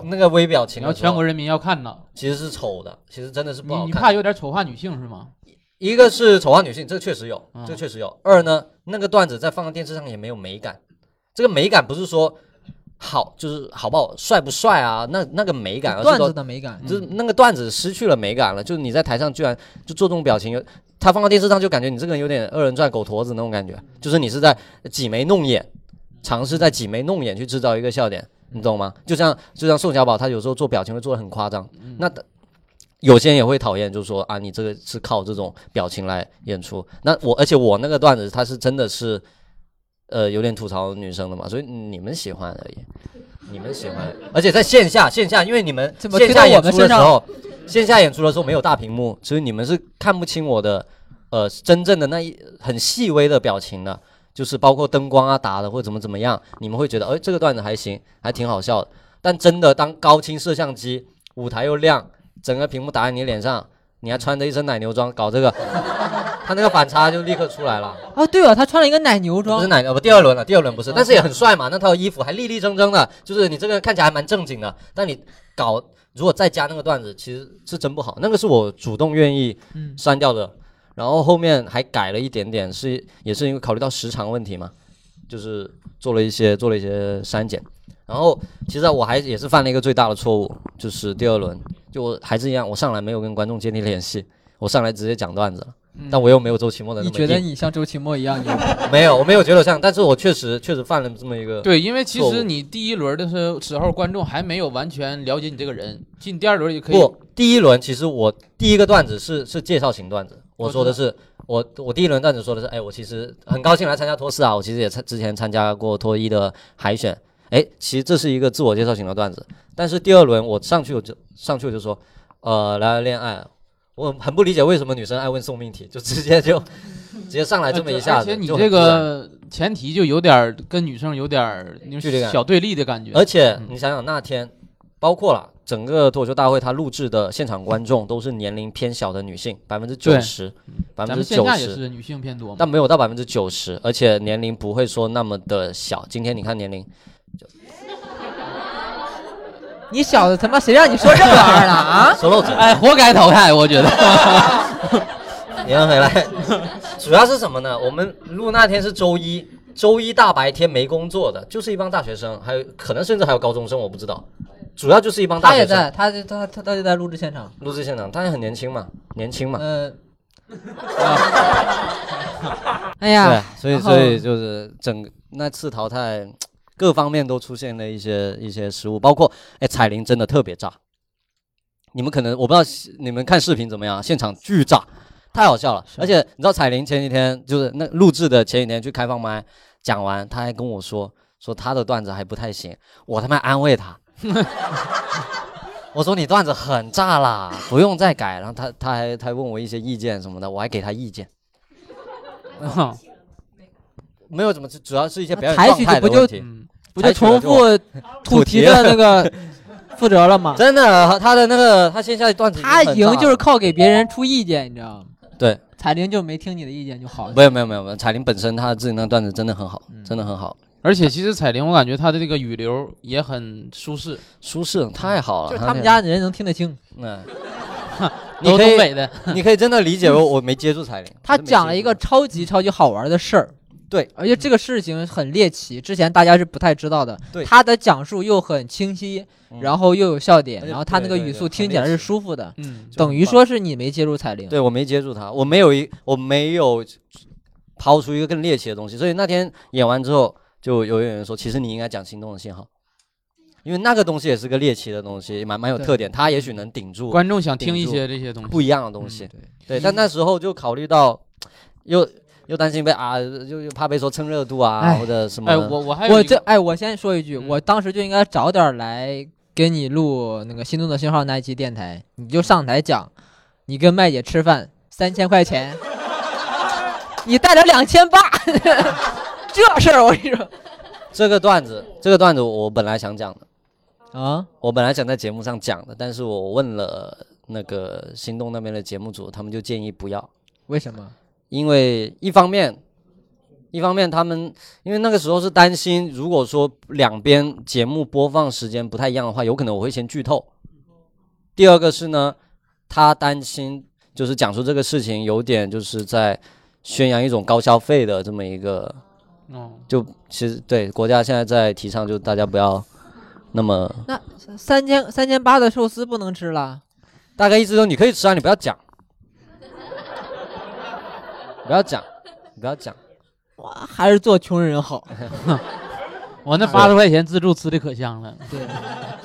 那个微表情
然
的
后
时候，
全国人民要看呢，
其实是丑的，其实真的是不
你
好
你
看。
怕有点丑化女性是吗？
一个是丑化女性，这个确实有，
嗯
这个确实有。二呢，那个段子在放到电视上也没有美感，这个美感不是说好就是好不好、帅不帅啊，那那个嗯美感，而是
段子
说
的美
嗯
感，
就是那个段子失去了美感了，就是你在台上居然就做这种表情，有他放到电视上就感觉你这个人有点二人转狗驼子那种感觉，就是你是在挤眉弄眼，尝试在挤眉弄眼去制造一个笑点，你懂吗？就像就像宋小宝他有时候做表情会做的很夸张，那有些人也会讨厌，就是说啊，你这个是靠这种表情来演出。那我而且我那个段子他是真的是，呃，有点吐槽女生的嘛，所以你们喜欢而已。你们喜欢，而且在线下线下，因为你们
怎么
线
推到
下演
我们
出的
身
时
上
候，线下演出的时候没有大屏幕，所以你们是看不清我的，呃，真正的那一很细微的表情的，就是包括灯光啊打的或者怎么怎么样，你们会觉得，哎，这个段子还行，还挺好笑的。但真的当高清摄像机，舞台又亮，整个屏幕打在你脸上，你还穿着一身奶牛装搞这个， 他那个反差就立刻出来了。
啊，对了，他穿了一个奶牛
不
装
是，奶呃牛，不，第二轮了，第二轮不是，但是也很帅嘛。那套衣服还立立正正的，就是你这个人看起来还蛮正经的。但你搞如果再加那个段子，其实是真不好。那个是我主动愿意
嗯
删掉的，然后后面还改了一点点，是也是因为考虑到时长问题嘛，就是做了一些做了一些删减。然后其实啊我还也是犯了一个最大的错误，就是第二轮，就我还是一样，我上来没有跟观众建立联系，我上来直接讲段子了，但我又没有周奇墨的
嗯
那
你
么
觉得
硬
你像周奇墨一样牛？
没有，我没有觉得我像，但是我确实确实犯了这么一个。
对，因为其
错误
实你第一轮的时时候，观众还没有完全了解你这个人，进第二轮也可以。
不，第一轮其实我第一个段子是是介绍型段子，
我
我说的是我我第一轮段子说的是，哎，我其实很高兴来参加托四啊，我其实也参之前参加过脱一的海选，哎，其实这是一个自我介绍型的段子，但是第二轮我上去我就上去我就说，呃，聊聊恋爱，我很不理解为什么女生爱问送命题，就直接就 直接上哎来这么一下
呃而
子，
且你
就很
这
自然
个前提就有点儿跟女生有点儿那
距离
种
感
小对立的感觉。
而且
嗯
你想想那天，包括了整个脱口秀大会，他录制的现场观众都是年龄偏小的女性，百分之九十，百
咱
分
们
之
线
九
下也
十，
是女性偏多嘛
但，没有到百分之九十，而且年龄不会说那么的小。今天你看年龄，
你小子他妈谁让你说这玩意儿了啊？
说漏嘴，
哎，活该淘汰，我觉得。
你要回来。 主要是什么呢？我们录那天是周一，周一大白天没工作的，就是一帮大学生，还有可能甚至还有高中生，我不知道。主要就是一帮大
他
学
也
生，
在，他他他他就在录制现场。
录制现场，他也很年轻嘛，年轻嘛。
呃，哎呀，
对，所以
然后
所以就是整个那次淘汰，各方面都出现了一些一些失误，包括哎彩铃真的特别炸，你们可能我不知道是你们看视频怎么样，现场巨炸，太好笑了。而且你知道彩铃前几天就是那录制的前几天去开放麦讲完，他还跟我说说他的段子还不太行，我他妈安慰他。 我说你段子很炸啦，不用再改。然后他他还他还问我一些意见什么的，我还给他 意见。没有怎么，主主要是一些表演
哦采
状
取
态
就
的
不就
问题。
嗯，
不就重复
土
土
题
题的那 个负责了吗？
真的，他的那个他线下的段子已经
他
很炸了，
赢就是靠给别人出意见，你知道吗？
对，
彩铃就没听你的意见就好了。
没有没有没有没有，彩铃本身他自己那个段子真的很好，
嗯
真的很好，
而且其实彩铃，我感觉她的这个语流也很舒适，
舒适太好了。
就是
那
他们
个
家人能听得清。
嗯， 你
都
可
东北
以
的。
你可以真的理解为我没接触彩铃，
他
我真没
讲了
接
一个
触
超级超级好玩的事儿，
对，
而且这个事情很猎奇，之前大家是不太知道的。
对
他的讲述又很清晰，
嗯
然后又有笑点
而，且
然后他那个
对对
语
对
速
很
听起
猎
来是
奇
舒服的，
嗯，
就
等于
很棒
说是你没接触彩铃。
对我没接触他，我没有一我没有抛出一个更猎奇的东西，所以那天演完之后，就有演员说，其实你应该讲心动的信号，因为那个东西也是个猎奇的东西，蛮蛮有
对
特点，他也许能顶住
观众想听
顶
一
住
些这些东西。
不一样的东西。
嗯
对，但那时候就考虑到，又又担心被啊，又又怕被说蹭热度啊
哎
或者什么
哎，
的。
我我还有
我
一个
这哎，我先说一句，
嗯
我当时就应该早点来给你录那个《心动的信号》那一期电台，你就上台讲，你跟麦姐吃饭三千块 钱，你带了两千八， 这事儿我跟你说，
这个段子，这个段子我本来想讲的，
啊，
我本来想在节目上讲的，但是我问了那个心动那边的节目组，他们就建议不要，
为什么？
因为一方面，一方面他们因为那个时候是担心，如果说两边节目播放时间不太一样的话，有可能我会先剧透。第二个是呢，他担心就是讲述这个事情有点就是在宣扬一种高消费的这么一个，
嗯，
就其实对国家现在在提倡，就大家不要那么
呃三千三千八的寿司不能吃了，
大概意思就是你可以吃啊，你不要讲，不要讲，不要讲。
还是做穷人好。
我那八十块钱自助吃的可香了，
对，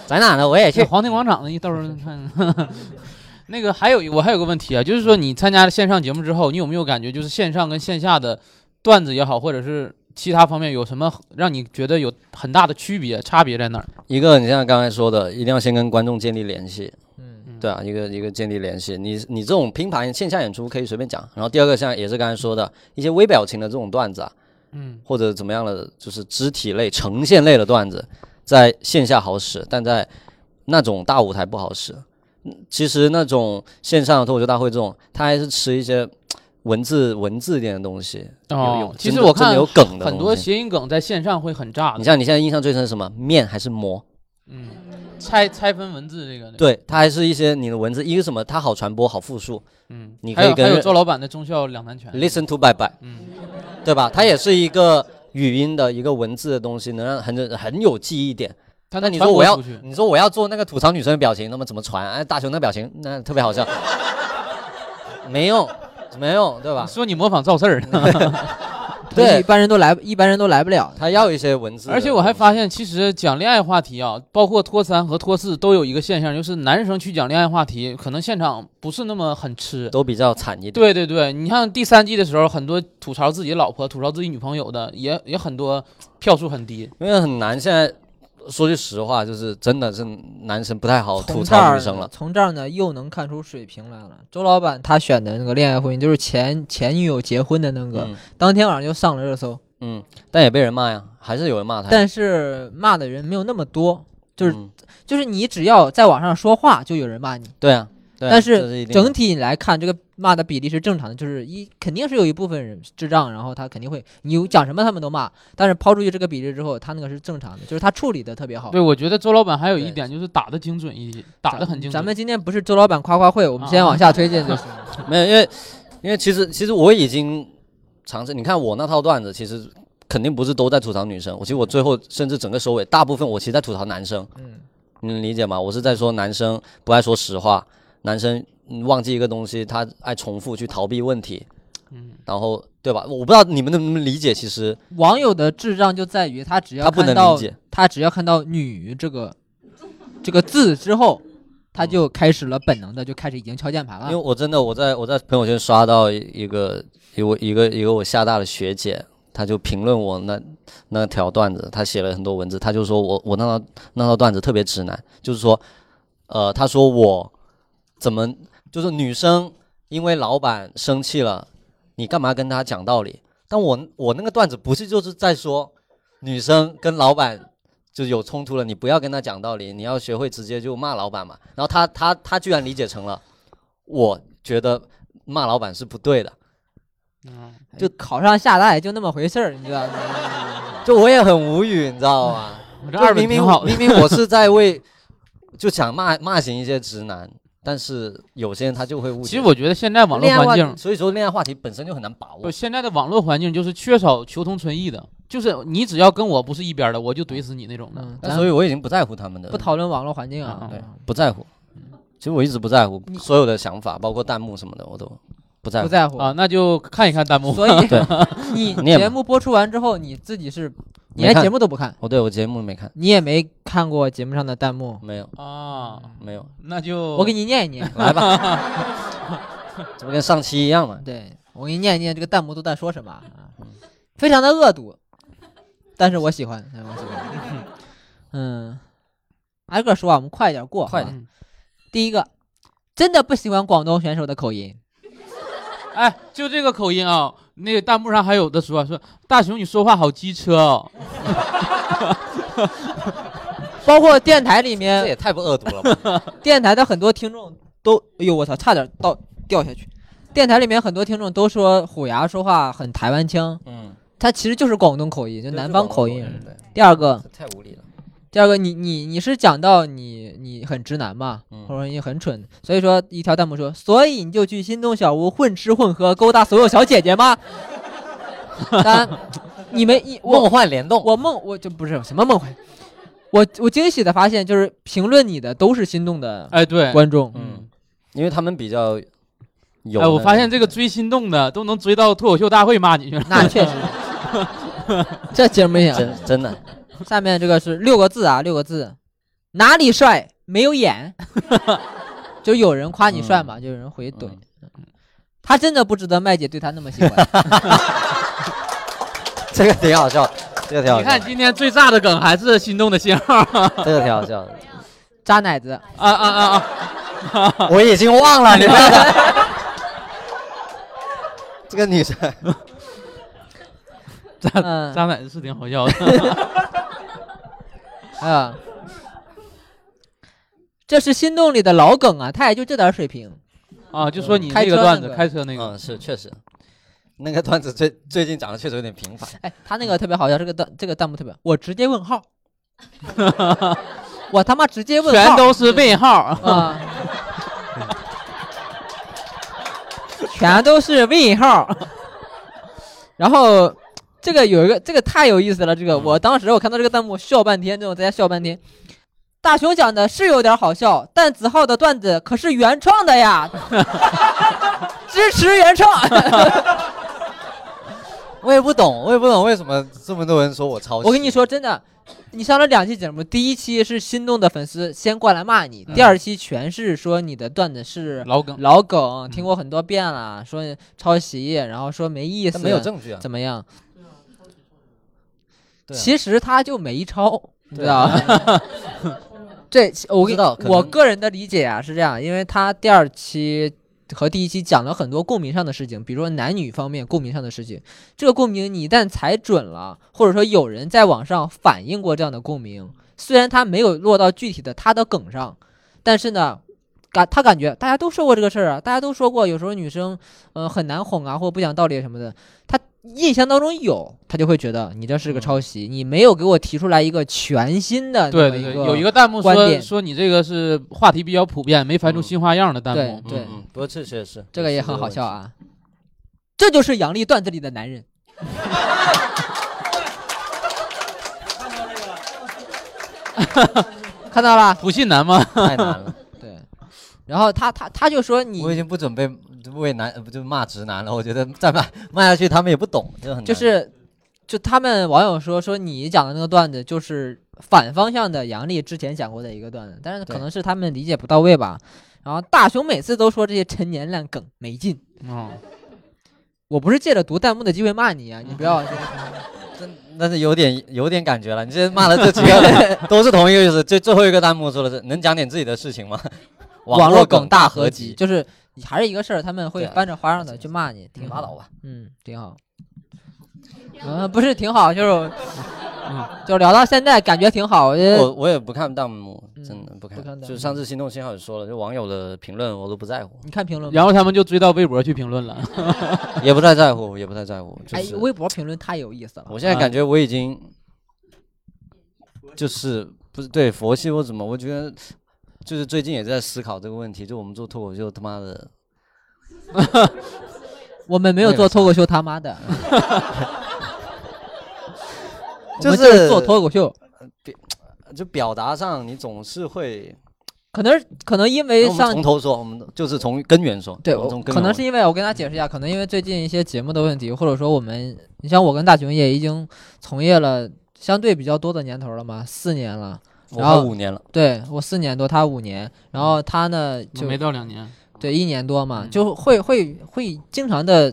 在哪呢？我也
去
去。
皇庭广场那一到时候看。 那个还有一我还有个问题啊，就是说你参加了线上节目之后，你有没有感觉就是线上跟线下的段子也好，或者是其他方面有什么让你觉得有很大的区别差别在哪儿？
一个，你像刚才说的，一定要先跟观众建立联系，
嗯，
对啊，一个一个建立联系。你你这种拼盘线下演出可以随便讲，然后第二个像也是刚才说的一些微表情的这种段子啊，
嗯，
或者怎么样的，就是肢体类、呈现类的段子，在线下好使，但在那种大舞台不好使。嗯其实那种线上的脱口秀大会这种，它还是吃一些文字文字一点的东西。有有
哦，其
真
实
的
我
真的
看
有梗的
很
东
多啊
西
谐音梗在线上会很炸的，
你像你现在印象最深是什么？面还是馍？
嗯，拆拆分文字这个的，
对，它还是一些你的文字，一个是什么？它好传播，好复述。
嗯，
你
还
可以
有
跟
还有
人
周老板的忠孝两难拳
Listen to bye bye，
嗯，
对吧？它也是一个语音的一个文字的东西，能让很很有记忆点。
他
那
能
你
传
说我
播
要
出去，
你说我要做那个吐槽女生的表情，那么怎么传？哎，大雄那表情那特别好笑，没用，没用，对吧？
说你模仿赵四儿 呢。
对，一
对，
般人都来，一般人都来不了。
他要一些文字的
而
东西。
且我还发现，其实讲恋爱话题啊，包括脱三和脱四都有一个现象，就是男生去讲恋爱话题，可能现场不是那么很吃。
都比较惨一点。
对对对，你像第三季的时候，很多吐槽自己老婆、吐槽自己女朋友的，也也很多票数很低。
因为很难。现在说句实话，就是真的是男生不太好吐
从这儿
槽女
呢
生了。
从这儿呢又能看出水平来了。周老板他选的那个恋爱婚姻，就是前前女友结婚的那个，
嗯
当天晚上就上了热搜，
嗯，但也被人骂呀，还是有人骂他呀。
但是骂的人没有那么多，就是
嗯
就是你只要在网上说话，就有人骂你。
对啊，对啊
但
这是一
是
定
整
的
体来看，这个骂的比例是正常的，就是一肯定是有一部分人智障，然后他肯定会你有讲什么他们都骂，但是抛出去这个比例之后，他那个是正常的，就是他处理的特别好。
对，我觉得周老板还有一
对
点就是打的精准一些，打的很精准。啊
咱们今天不是周老板夸夸会，我们先往下推荐就是。
没有，因为因为其实其实我已经尝试，你看我那套段子，其实肯定不是都在吐槽女生，我其实我最后甚至整个收尾，大部分我其实在吐槽男生，
嗯，
你能理解吗？我是在说男生不爱说实话，男生嗯忘记一个东西，他爱重复去逃避问题，
嗯，
然后对吧？我不知道你们能不能理解，其实
网友的智障就在于他只要
他不
看
能
到
理解
他只要看到“女”这个这个字之后，他就开始了本能的就开始已经敲键盘
因为
了。
我真的我在我在朋友圈刷到一一个一我一个一个我厦大的学姐，她就评论我那那条段子，她写了很多文字，她就说我我那套那套段子特别直男，就是说，呃，她说我怎么就是女生因为老板生气了，你干嘛跟她讲道理？但我我那个段子不是就是在说女生跟老板。就有冲突了，你不要跟她讲道理，你要学会直接就骂老板嘛。然后她她她居然理解成了，我觉得骂老板是不对的。
嗯
哎
就考上厦大也就那么回事儿，你知道吗？
就我也很无语，你知道吗？
我 这
就
二本
明
挺
明
好的。
明明我是在为就想骂骂醒一些直男，但是有些人他就会误解。
其实我觉得现在网络
恋爱
环
话
境，
所以说恋爱话题本身就很难把
不，
握。
现在的网络环境就是缺少求同存异的，就是你只要跟我不是一边儿的，我就怼死你那种的。
嗯，
那
咱
所以我已经不在乎他们的，
不讨论网络环境啊
嗯。
对不在乎。其实我一直不在乎
你
所有的想法，包括弹幕什么的，我都不在
不
乎。
在乎
啊，。那就看一看弹幕。
所以
对
你
你也
节目播出完之后，你自己是你
没
连
看
节目都不看，
哦，对我节目没看，
你也没看过节目上的弹幕。
没有
啊，
没有，，
那就
嗯我给你念一念
来吧，这不跟上期一样嘛？
对我给你念一念这个弹幕都在说什么啊？非常的恶毒，但是我喜欢，哎但是我喜欢。嗯，挨个说啊，我们快一点过，
快
好吧
点嗯。
第一个，真的不喜欢广东选手的口音，
哎，就这个口音啊，那个弹幕上还有的说说大雄你说话好机车哦。
包括电台里
这
哎
面，
也太不恶毒了吧！
电台的很多听众都，哎呦我操，差点到掉下去。电台里面很多听众都说虎牙说话很台湾腔，
嗯，
他其实就是广东口音，就南方口音。
对，
第二个，
这太无理了。
第二个，你你你是讲到你你很直男嘛，
嗯
或者你很蠢，所以说一条弹幕说，所以你就去心动小屋混吃混喝，勾搭所有小姐姐吗？ 三，你们一我
梦幻联动，
我梦我就不是什么梦回，我我惊喜的发现，就是评论你的都是心动的
哎，对，
观众，
嗯，因为他们比较有。
哎，我发现这个追心动的都能追到脱口秀大会骂你去了。
那确实，这节目也
真真的，
下面这个是六个字啊，六个字，哪里帅没有眼， 就有人夸你帅嘛，就有人回怼。
嗯
他真的不值得麦姐对他那么喜欢，
这个挺好笑，这个挺好
你看
笑，
今天最炸的梗还是心动的信号啊
这个挺好笑。
扎奶子。
啊啊啊！
我已经忘了， 你们。这个女生，
嗯
渣奶是挺好笑 的，
啊，这是心动里的老梗啊，他也就这点水平。
啊，就说你
开
那个
车
段
那
子，
个
开车那个，
嗯，是确实，那个段子最最近讲的确实有点频繁。
哎，他那个特别好笑，这个弹这个弹幕特别，我直接问号，我他妈直接问号，
全都是问号。
啊，全都是问号。然后这个有一个，这个太有意思了。这个我当时我看到这个弹幕笑半天，这种在家笑半天。大雄讲的是有点好笑，但子浩的段子可是原创的 呀，支持原创。
我也不懂，我也不懂为什么这么多人说我抄 袭。
我跟你，说真的，你上了两期节目，第一期是心动的粉丝先过来骂你，嗯第二期全是说你的段子是
老梗，
老梗，
嗯
听过很多遍了，说抄袭，然后说没意思，
但没有证据啊。
怎么样？
对啊
其实他就没抄，你知
对
道
啊
吧？ 这我跟
知道可能
我个人的理解啊是这样，因为他第二期和第一期讲了很多共鸣上的事情，比如说男女方面共鸣上的事情。这个共鸣你一旦踩准了，或者说有人在网上反映过这样的共鸣，虽然他没有落到具体的他的梗上，但是呢，感他感觉大家都说过这个事儿啊，大家都说过，有时候女生呃很难哄啊，或者不讲道理什么的，他印象当中有，他就会觉得你这是个抄袭，你没有给我提出来一个全新的
对
那么
对对，
个
有一个弹幕
观
说
点嗯
说你这个是话题比较普遍，没翻出新花样的弹幕。
对
嗯，嗯不过这确实是
这个也很好笑。啊，这就是杨笠段子里的男人。看到了，
不信男吗？
太难了，
对。然后他他他就说你
我已经不准备为男呃不就骂直男了。我觉得再骂骂下去，他们也不懂，就很难
就是，就他们网友说说你讲的那个段子就是反方向的杨笠之前讲过的一个段子，但是可
对
能是他们理解不到位吧。然后大雄每次都说这些陈年烂梗没劲，
嗯，
我不是借着读弹幕的机会骂你啊，
嗯
你不要
真但是有点有点感觉了。你这骂的这几 个都是同一个意思。最最后一个弹幕说的是能讲点自己的事 情吗？
网
络
梗
大
合
集，
就是你还是一个事儿，他们会
对啊
翻着花样的去骂你，挺
拉倒吧。
嗯，挺好。嗯，不是挺好，就是，嗯就聊到现在感觉挺好，我觉
哦
得
我我也不看弹幕，真的嗯不看。
不看弹幕
就上次心动信号也说了，就网友的评论我都不在乎，
你看评论吗，
然后他们就追到微博去评论了。
也不太在乎，也不太在乎。就
哎
是，
微博评论太有意思了，
我现在感觉我已经就是不是对佛系或怎么，我觉得就是最近也在思考这个问题。就我们做脱口秀，他妈的
我们没有
为了
做
啥
脱口秀他妈的，
嗯
我
就
们
是
就是做脱口秀，
就表达上，你总是会。
可能可能因为
那我们
上
从头说，我们就是从根源说。
对，
我
我
们从
可
根源
能
问
是因为我跟他解释一下，可能因为最近一些节目的问题，或者说我们，你像我跟大雄也已经从业了相对比较多的年头了嘛，四年了，
我
然后
快五年了，
对我四年多，他五年，然后他呢就
没到两年，
对一年多嘛，
嗯
就会会会经常的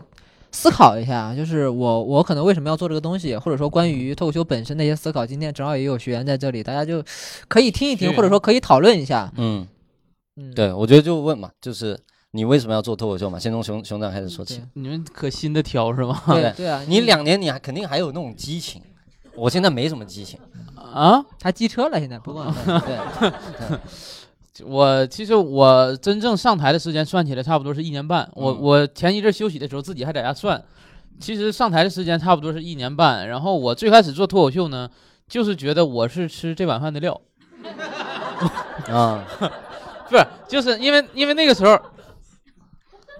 思考一下，就是我我可能为什么要做这个东西，或者说关于脱口秀本身的一些思考，今天正好也有学员在这里，大家就可以听一听，
是
或者说可以讨论一下，
嗯，
嗯，
对，我觉得就问嘛，就是你为什么要做脱口秀嘛？先从熊熊掌开始说起。
对
你们可新的挑是吧？
对
对
对啊，
你两年你还肯定还有那种激情，我现在没什么激情，
啊，
他机车了，现在 不过
对，
我其实我真正上台的时间算起来差不多是一年半。我
嗯
我前一阵休息的时候自己还在家算，其实上台的时间差不多是一年半。然后我最开始做脱口秀呢，就是觉得我是吃这碗饭的料，
啊，
不是，就是因为因为那个时候，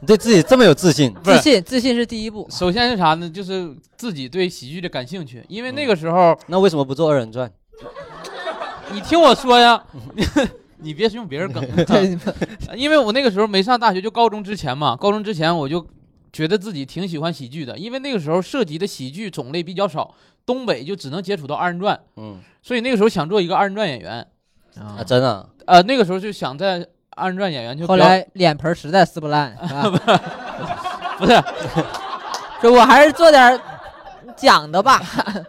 你对自己这么有自信，
不
自
是
信自信是第 一步，
首先是啥呢？就是自己对喜剧的感兴趣，因为那个时候
那为什么不做二人转？
你听我说呀， 你别用别人梗， 因为我那个时候没上大学，就高中之前嘛，高中之前我就觉得自己挺喜欢喜剧的，因为那个时候涉及的喜剧种类比较少，东北就只能接触到二人转，
嗯，
所以那个时候想做一个二人转演员，
啊，真的啊，
呃，那个时候就想在二人转演员就
后来脸盆实在撕不烂，是吧？
不是，
说我还是做点儿讲 的吧。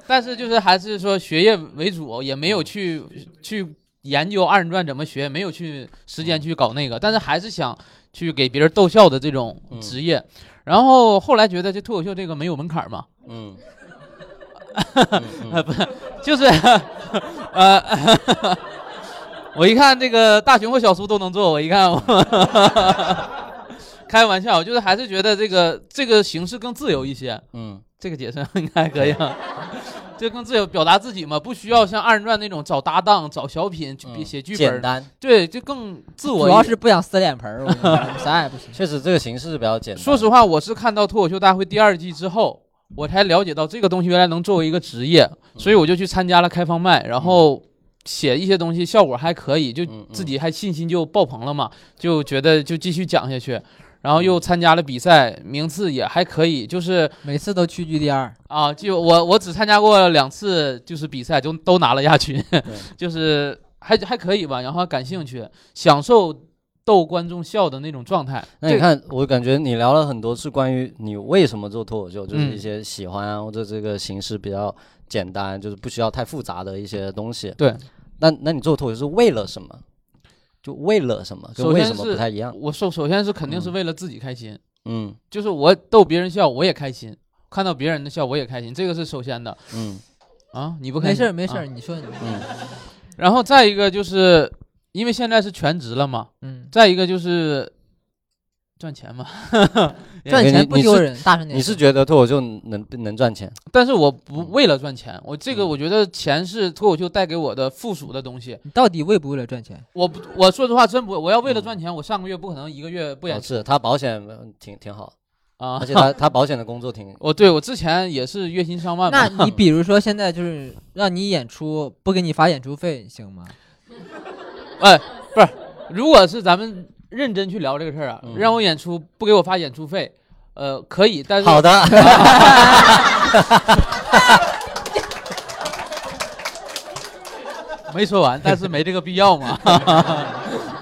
但是就是还是说学业为主，也没有去去研究二人转怎么学，没有去时
嗯
间去搞那个，但是还是想去给别人逗笑的这种
嗯
职业。然后后来觉得这脱口秀这个没有门槛儿嘛，
嗯，
就是 呃， 我一看这个大熊和小苏都能做，我 一看我开玩笑，就是还是觉得这个这个形式更自由一些。
嗯，
这个解释 应该可以啊，就更自由表达自己嘛，不需要像二人转那种找搭档、找小品、去
嗯
写剧
简
本，
单，
对，就更自我
主
一点。
要是不想撕脸盆儿，我跟你说啥也 不行。
确实这个形式比较简单。
说实话，我是看到《脱口秀大会》第二季之后，我才了解到这个东西原来能作为一个职业，
嗯
所以我就去参加了开放麦，然后写一些东西，效果还可以，就
嗯嗯
自己还信心就爆棚了嘛，就觉得就继续讲下去。然后
嗯
又参加了比赛，名次也还可以，就是
每次都屈居第二，
啊，就我我只参加过两次，就是比赛就都拿了亚军， 就是还还可以吧，然后还感兴趣，享受逗观众笑的那种状态。
那你
这
看，我感觉你聊了很多是关于你为什么做脱口秀，就是
嗯
一些喜欢啊，或者这个形式比较简单，就是不需要太复杂的一些东西。
对，
那那你做脱口秀是为了什么？就为了什么？跟
首
为
先
什么
是
不太一样？
我首首先是肯定是为了自己开心，
嗯
就是我逗别人笑我也开心，看到别人的笑我也开心，这个是首先的
嗯
啊。你不开
没
心
事儿没事儿，
啊
你说你说
嗯
然后再一个就是因为现在是全职了嘛，
嗯，
再一个就是赚钱嘛。
赚
你
钱不
你
丢
是
人，大
嗯
声点。
你是觉得脱口秀能能赚钱？
但是我
嗯
不为了赚钱，我这个我觉得钱是脱口秀带给我的附属的东西。
你到底为不为了赚钱？
我不，我说实话真不，我要为
嗯
了赚钱，我上个月不可能一个月不演
哦
戏
是他保险呃挺挺好，
啊
哦
而。且他他保险的工作挺
我对我之前也是月薪上万
那
嘛，
你比如说现在就是让你演出，不给你发演出费行吗？
哎，不是，如果是咱们认真去聊这个事儿啊，
嗯
让我演出不给我发演出费，呃，可以，但是
好，的。
没说完，但是没这个必要 嘛，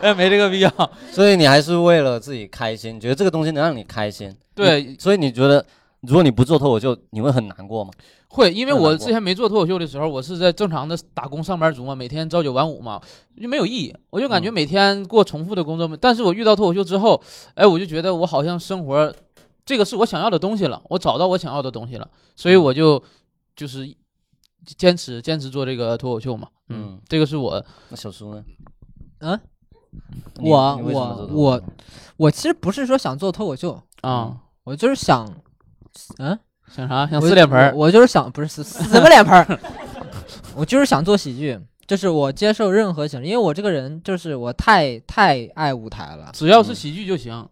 哎，没这个必要，
所以你还是为了自己开心，觉得这个东西能让你开心。
对，
所以你觉得，如果你不做脱口秀，你会很难过吗？
会，因为
很
我
难过
之前没做脱口秀的时候，我是在正常的打工上班族嘛，每天朝九晚五嘛，就没有意义。我就感觉
嗯
每天过重复的工作，但是我遇到脱口秀之后，哎，我就觉得我好像生活，这个是我想要的东西了，我找到我想要的东西了，所
嗯
以我就就是坚持坚持做这个脱口秀嘛。嗯
嗯，
这个是我
那小苏呢？
嗯
你，
我啊
你为什么做脱口秀
我我其实不是说想做脱口秀，
啊，
我就是想，嗯，
想啥？想
我
撕脸盆儿
我我就是想，不是 撕撕什么脸盆儿，我就是想做喜剧，就是我接受任何形式，因为我这个人就是我太太爱舞台了，
只要
嗯
是喜剧就行。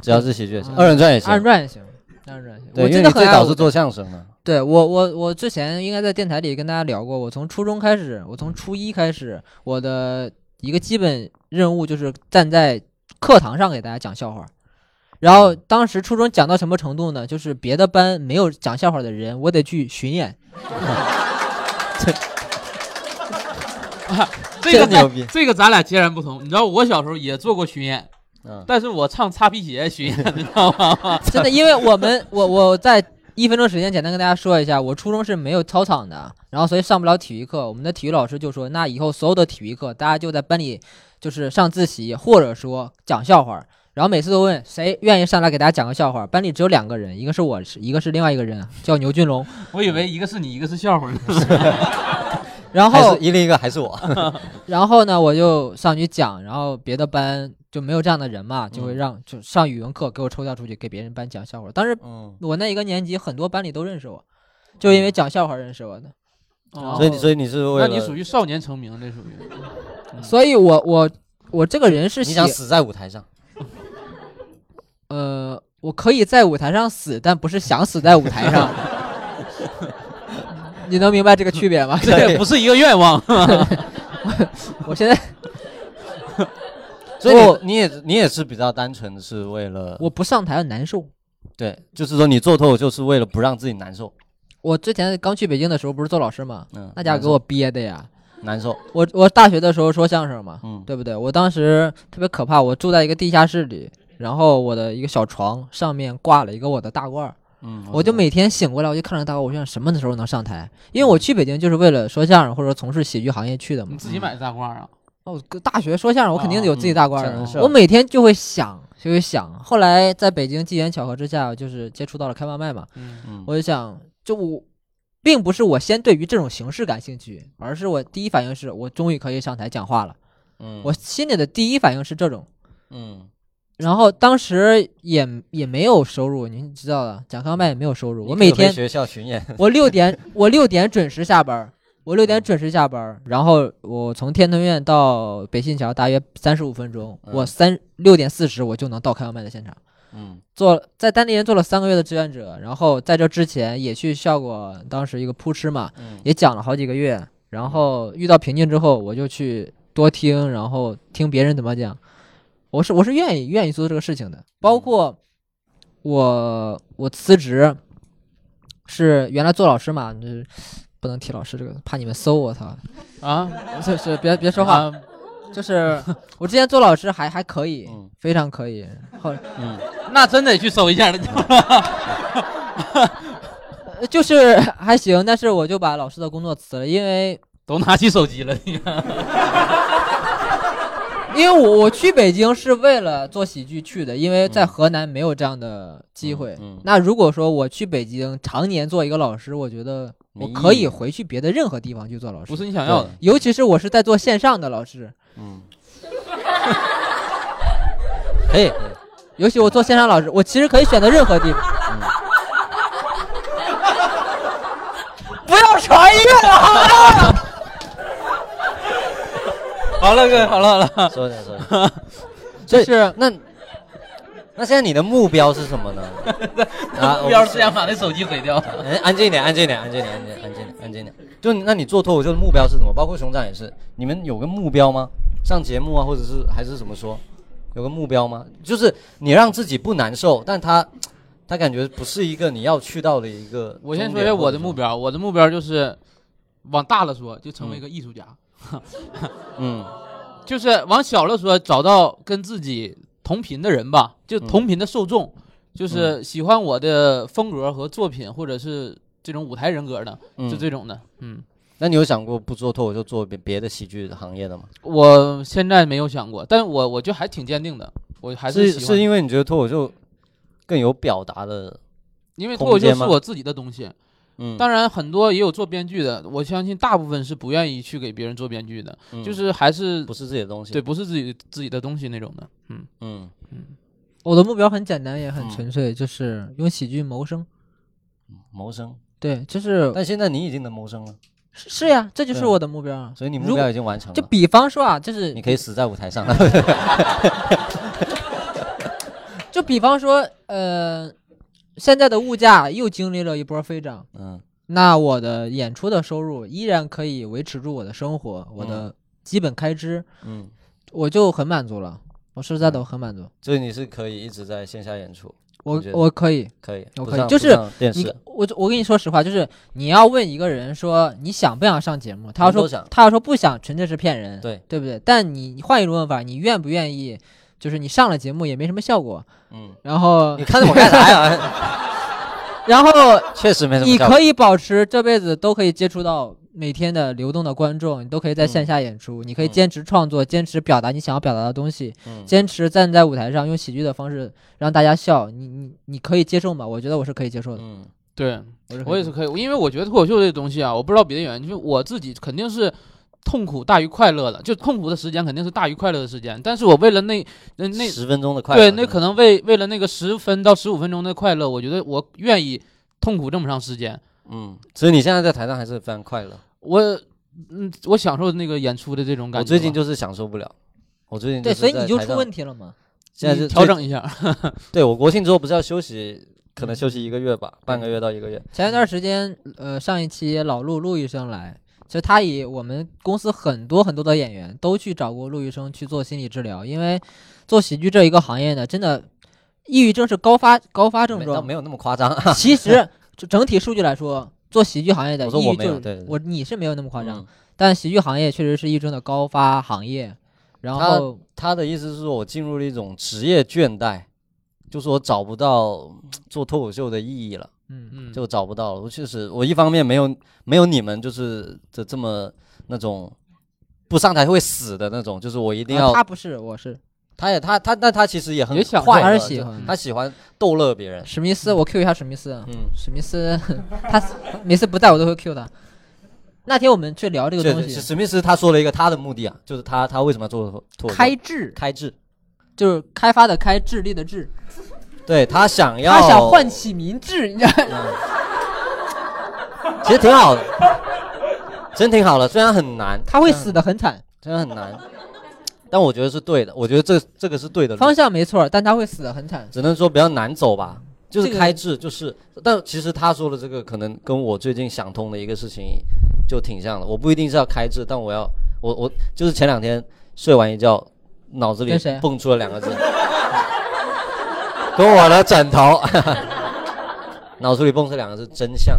只要是喜剧也
嗯
行，二人转也行
二。人转也行，二人转也行。
对，
我
因为
真
你
的很
最
爱
早
舞台。
是做相 声的。
对我我我之前应该在电台里跟大家聊过，我从初中开始，我从初一开始，我的一个基本任务就是站在课堂上给大家讲笑话。然后当时初中讲到什么程度呢？就是别的班没有讲笑话的人，我得去巡演。
这个
真牛逼
这个咱俩截然不同。你知道我小时候也做过巡演，
嗯
但是我唱擦皮鞋巡演，你知道吗？
真的，因为我们我我在一分钟时间简单跟大家说一下，我初中是没有操场的，然后所以上不了体育课。我们的体育老师就说，那以后所有的体育课大家就在班里就是上自习，或者说讲笑话。然后每次都问谁愿意上来给大家讲个笑话，班里只有两个人，一个是我，一个是另外一个人，叫牛俊龙。
我以为一个是你，一个是笑话呢。
然
还
后
是一另一个还是我，
然后呢，我就上去讲，然后别的班就没有这样的人嘛，就会让、就上语文课给我抽调出去给别人班讲笑话。当时
嗯，
我那一个年级很多班里都认识我，就因为讲笑话认识我的。
哦
嗯所以你所以你是为
那
了
你属于少年成名，这属 于。
所以我我我这个人是
你
喜
想死在舞台上，
呃，我可以在舞台上死，但不是想死在舞台 上。你能明白这个区 别吗？
这也不是一个愿望，
我现在
所以
我
你你也你也是比较单纯的是为了
我不上台很难受。
对，就是说你做脱口秀是为了不让自己难受，
我之前刚去北京的时候不是做老师嘛，
嗯，
那家伙给我憋的呀！
难受，
我我大学的时候说相声嘛，
嗯
对不对？我当时特别可怕，我住在一个地下室里，然后我的一个小床上面挂了一个我的大褂儿，
嗯，
我就每天醒过来我就看着大褂儿，我就想什么时候能上台？
嗯
因为我去北京就是为了说相声或者说从事喜剧行业去的嘛
你。自己买的大褂啊？
哦，大学说相声，我肯定有自己大褂儿
啊嗯
的
是。
我每天就会想，就会想。后来在北京机缘巧合之下，就是接触到了开放麦嘛，
嗯，
嗯
我就想，就我，并不是我先对于这种形式感兴趣，而是我第一反应是我终于可以上台讲话了。
嗯
我心里的第一反应是这种。
嗯
然后当时也也没有收入，您知道的，讲开放麦也没有收入。我每
你可以回
天
学校巡演，
我六点，我六点准时下班儿，我六点准时下班儿，然后我从天通苑到北信桥大约三十五分钟，
嗯
我三六点四十我就能到开放麦的现场。
嗯
做了在单立人做了三个月的志愿者，然后在这之前也去效果当时一个扑哧嘛，
嗯
也讲了好几个月。然后遇到瓶颈之后，我就去多听，然后听别人怎么讲。我是我是愿意愿意做这个事情的，
嗯
包括我我辞职是原来做老师嘛，就是不能提老师这个，怕你们搜我操，
啊，
是是别别说话，
啊，
就是我之前做老师还还可以，
嗯
非常可以，后
嗯
那真得去搜一下了。
呃就是 还行，但是我就把老师的工作辞了，因为
都拿起手机了，你看。
因为我我去北京是为了做喜剧去的，因为在河南没有这样的机会。
嗯嗯嗯
那如果说我去北京常年做一个老师，我觉得
没
我
意义
可以回去别的任何地方去做老师，
不是你想要的。
尤其是我是在做线上的老师，
嗯，可以，可以
尤其我做线上老师，我其实可以选择任何地方。不要传阅了，好吗？
好了，哥，好了，好了。
说的说的。
就是
那那现在你的目标是什么呢？啊
目标是想 把那手机毁掉。
哎，安静一点，安静一点，安静一点，安静一点，安静一点，安静一点。就那你做脱口秀的目标是什么？包括熊掌也是，你们有个目标吗？上节目啊，或者是还是怎么说？有个目标吗？就是你让自己不难受，但他他感觉不是一个你要去到的一个。
我先说一下我的目，标，我的目标就是往大了说，就成为一个艺术家；
嗯
就是往小了说，找到跟自己同频的人吧，就
嗯
同频的受众，就是喜欢我的风格和作品，或者是这种舞台人格的，
嗯，
就这种的。嗯，
那你有想过不做脱口秀，做别别的喜剧行业的吗？
我现在没有想过，但我我就还挺坚定的，我还
是
喜欢
是，因为你觉得脱口秀更有表达的，
因为脱
空
口秀
间
是
吗
我自己的东西。
嗯，
当然，很多也有做编剧的，我相信大部分是不愿意去给别人做编剧的，
嗯
就是还是
不是自己的东西。
对，，不是自己自己的东西那种的。嗯，
嗯，
我的目标很简单，也很
嗯
纯粹，就是用喜剧谋生。
谋生。
对，就是
但现在你已经能谋生了，
是是呀，这就是
对
我的目标啊。
所以你目
如果
标已经完成了。
就比方说啊，就是
你可以死在舞台上
就比方说，呃，现在的物价又经历了一波飞涨，
嗯
那我的演出的收入依然可以维持住我的生活，我的基本开支，
嗯，
我就很满足了。我说实在的，我很满足，
所以你是可以一直在线下演出，
我
觉得
我可以。
可以，
我
不
可以
上
就是
不上电
你
视，
我我跟你说实话，就是你要问一个人说你想不想上节目，他要
我们
说
都想
他要说不想，纯粹是骗人，
对
对不对？但你你换一种问法，你愿不愿意？就是你上了节目也没什么效果，
嗯，
然后
你看着我干啥呀？
然后
确实没什么
你
效果。
可以保持这辈子都可以接触到每天的流动的观众，你都可以在线下演出，你可以坚持创作，坚持表达你想要表达的东西，
嗯
坚持站在舞台上用喜剧的方式让大家笑，你你你可以接受吗？我觉得我是可以接受的，
嗯
对
我是可以
我也是可以，因为我觉得脱口秀这东西啊，我不知道别的演员，就是我自己肯定是痛苦大于快乐的，就痛苦的时间肯定是大于快乐的时间。但是我为了那那那
十分钟的快乐
对
是吧，
那可能为为了那个十分到十五分钟的快乐，我觉得我愿意痛苦这么长时间。
嗯，所以你现在在台上还是非常快乐。
我嗯，我享受那个演出的这种感
我
觉吧。
最近就是享受不了，我最近
对，
是
所以
在
你就
台
出
上
问题了嘛。
现在是
你调
最
整一下，
对我国庆之后不是要休息，可
嗯
能休息一个月吧，半个月到一个月。
前一段时间，呃，上一期老陆陆医生来，其实他以我们公司很多很多的演员都去找过陆医生去做心理治疗，因为做喜剧这一个行业呢，真的抑郁症是高 发高发症
没倒
状
没。有那么夸张啊。
其实就整体数据来说，做喜剧行业的
我说
抑
我
郁
没有
症，
对对
我你是没有那么夸张，
嗯
但喜剧行业确实是抑郁症的高发行业。然
他
后
他的意思是说我进入了一种职业倦怠，就是我找不到嗯做脱口秀的意义了，
嗯，
嗯，
就找不到了。我确实，我一方面没有没有你们就是这这么那种不上台会死的那种，就是我一定要。
啊他不是，我是
他也他他但他其实也很
也想
快乐，
他是
就
喜欢
他喜欢逗乐别人。
史密斯，我 Q 一下史密斯。啊
嗯，
史密斯， 他每次不在我都会 Q 他。那天我们去聊这个
嗯确
东
实，
西，
史密斯他说了一个他的目的啊，就是他他为什么要做脱口秀
开智
开智，
就是开发的开，智力的智，
对他想要
他想唤起民智， 你知道吗？
其实挺好的，真挺好的，虽然很难，
他会死的很惨，
虽然很难，但我觉得是对的，我觉得这这个是对的路，
方向没错，但他会死的很惨。
只能说比较难走吧。就是
这个
开智，就是，但其实他说的这个可能跟我最近想通的一个事情就挺像的。我不一定是要开智，但我要，我我就是前两天睡完一觉，脑子里
跟谁啊
蹦出了两个字， 跟我的枕头， 脑子里蹦出两个字，真相。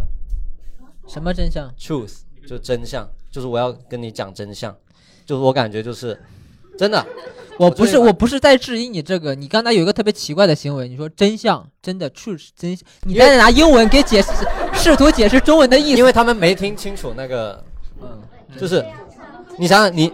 什么真相？
truth，就真相，就是我要跟你讲真相，就是我感觉就是真的，
我不是，
我
我不是在质疑你这个，你刚才有一个特别奇怪的行为，你说真相，真的 truth，真相，你在拿英文给解 释，试图解释中文的意
因
思。
为他们没听清楚那个，嗯，就是你想想你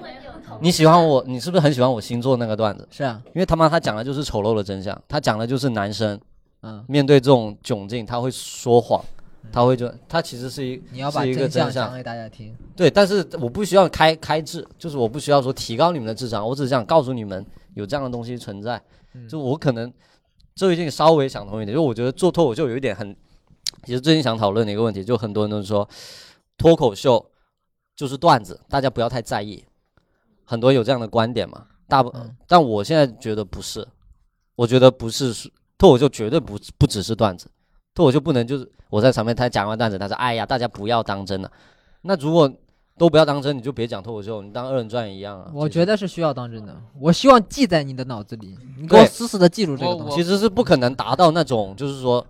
你喜欢我，你是不是很喜欢我星座那个段子？
是啊，
因为他妈他讲的就是丑陋的真相，他讲的就是男生
嗯，
面对这种窘境，他会说谎，他会就他其实是一
你要把
是一个
真
真
相
相
讲，给大家听。
对，但是我不需要开开智，就是我不需要说提高你们的智商，我只是想告诉你们有这样的东西存在。
嗯
就我可能最近稍微想通一点，就我觉得做脱口秀有一点很，其实最近想讨论的一个问题，就很多人都说脱口秀就是段子，大家不要太在意。很多人有这样的观点嘛，大部、
嗯
但我现在觉得不是，我觉得不是说脱口秀绝对不不只是段子，脱口秀不能就是我在场面他讲完段子，他说哎呀大家不要当真了、那如果都不要当真，你就别讲脱口秀，你当二人转也一样啊。
我
其实
觉得是需要当真的，我希望记在你的脑子里，你给我
对
死死的记住这个
我
东西。
我
其实是不可能达到那种，就是说，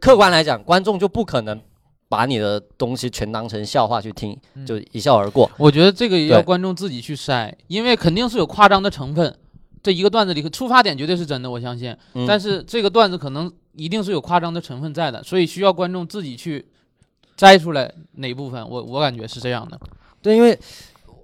客观来讲，观众就不可能把你的东西全当成笑话去听，
嗯
就一笑而过。
我觉得这个也
对
要观众自己去筛，因为肯定是有夸张的成分。这一个段子里，出发点绝对是真的，我相信。
嗯
但是这个段子可能一定是有夸张的成分在的，所以需要观众自己去摘出来哪部分。我我感觉是这样的。
对，因为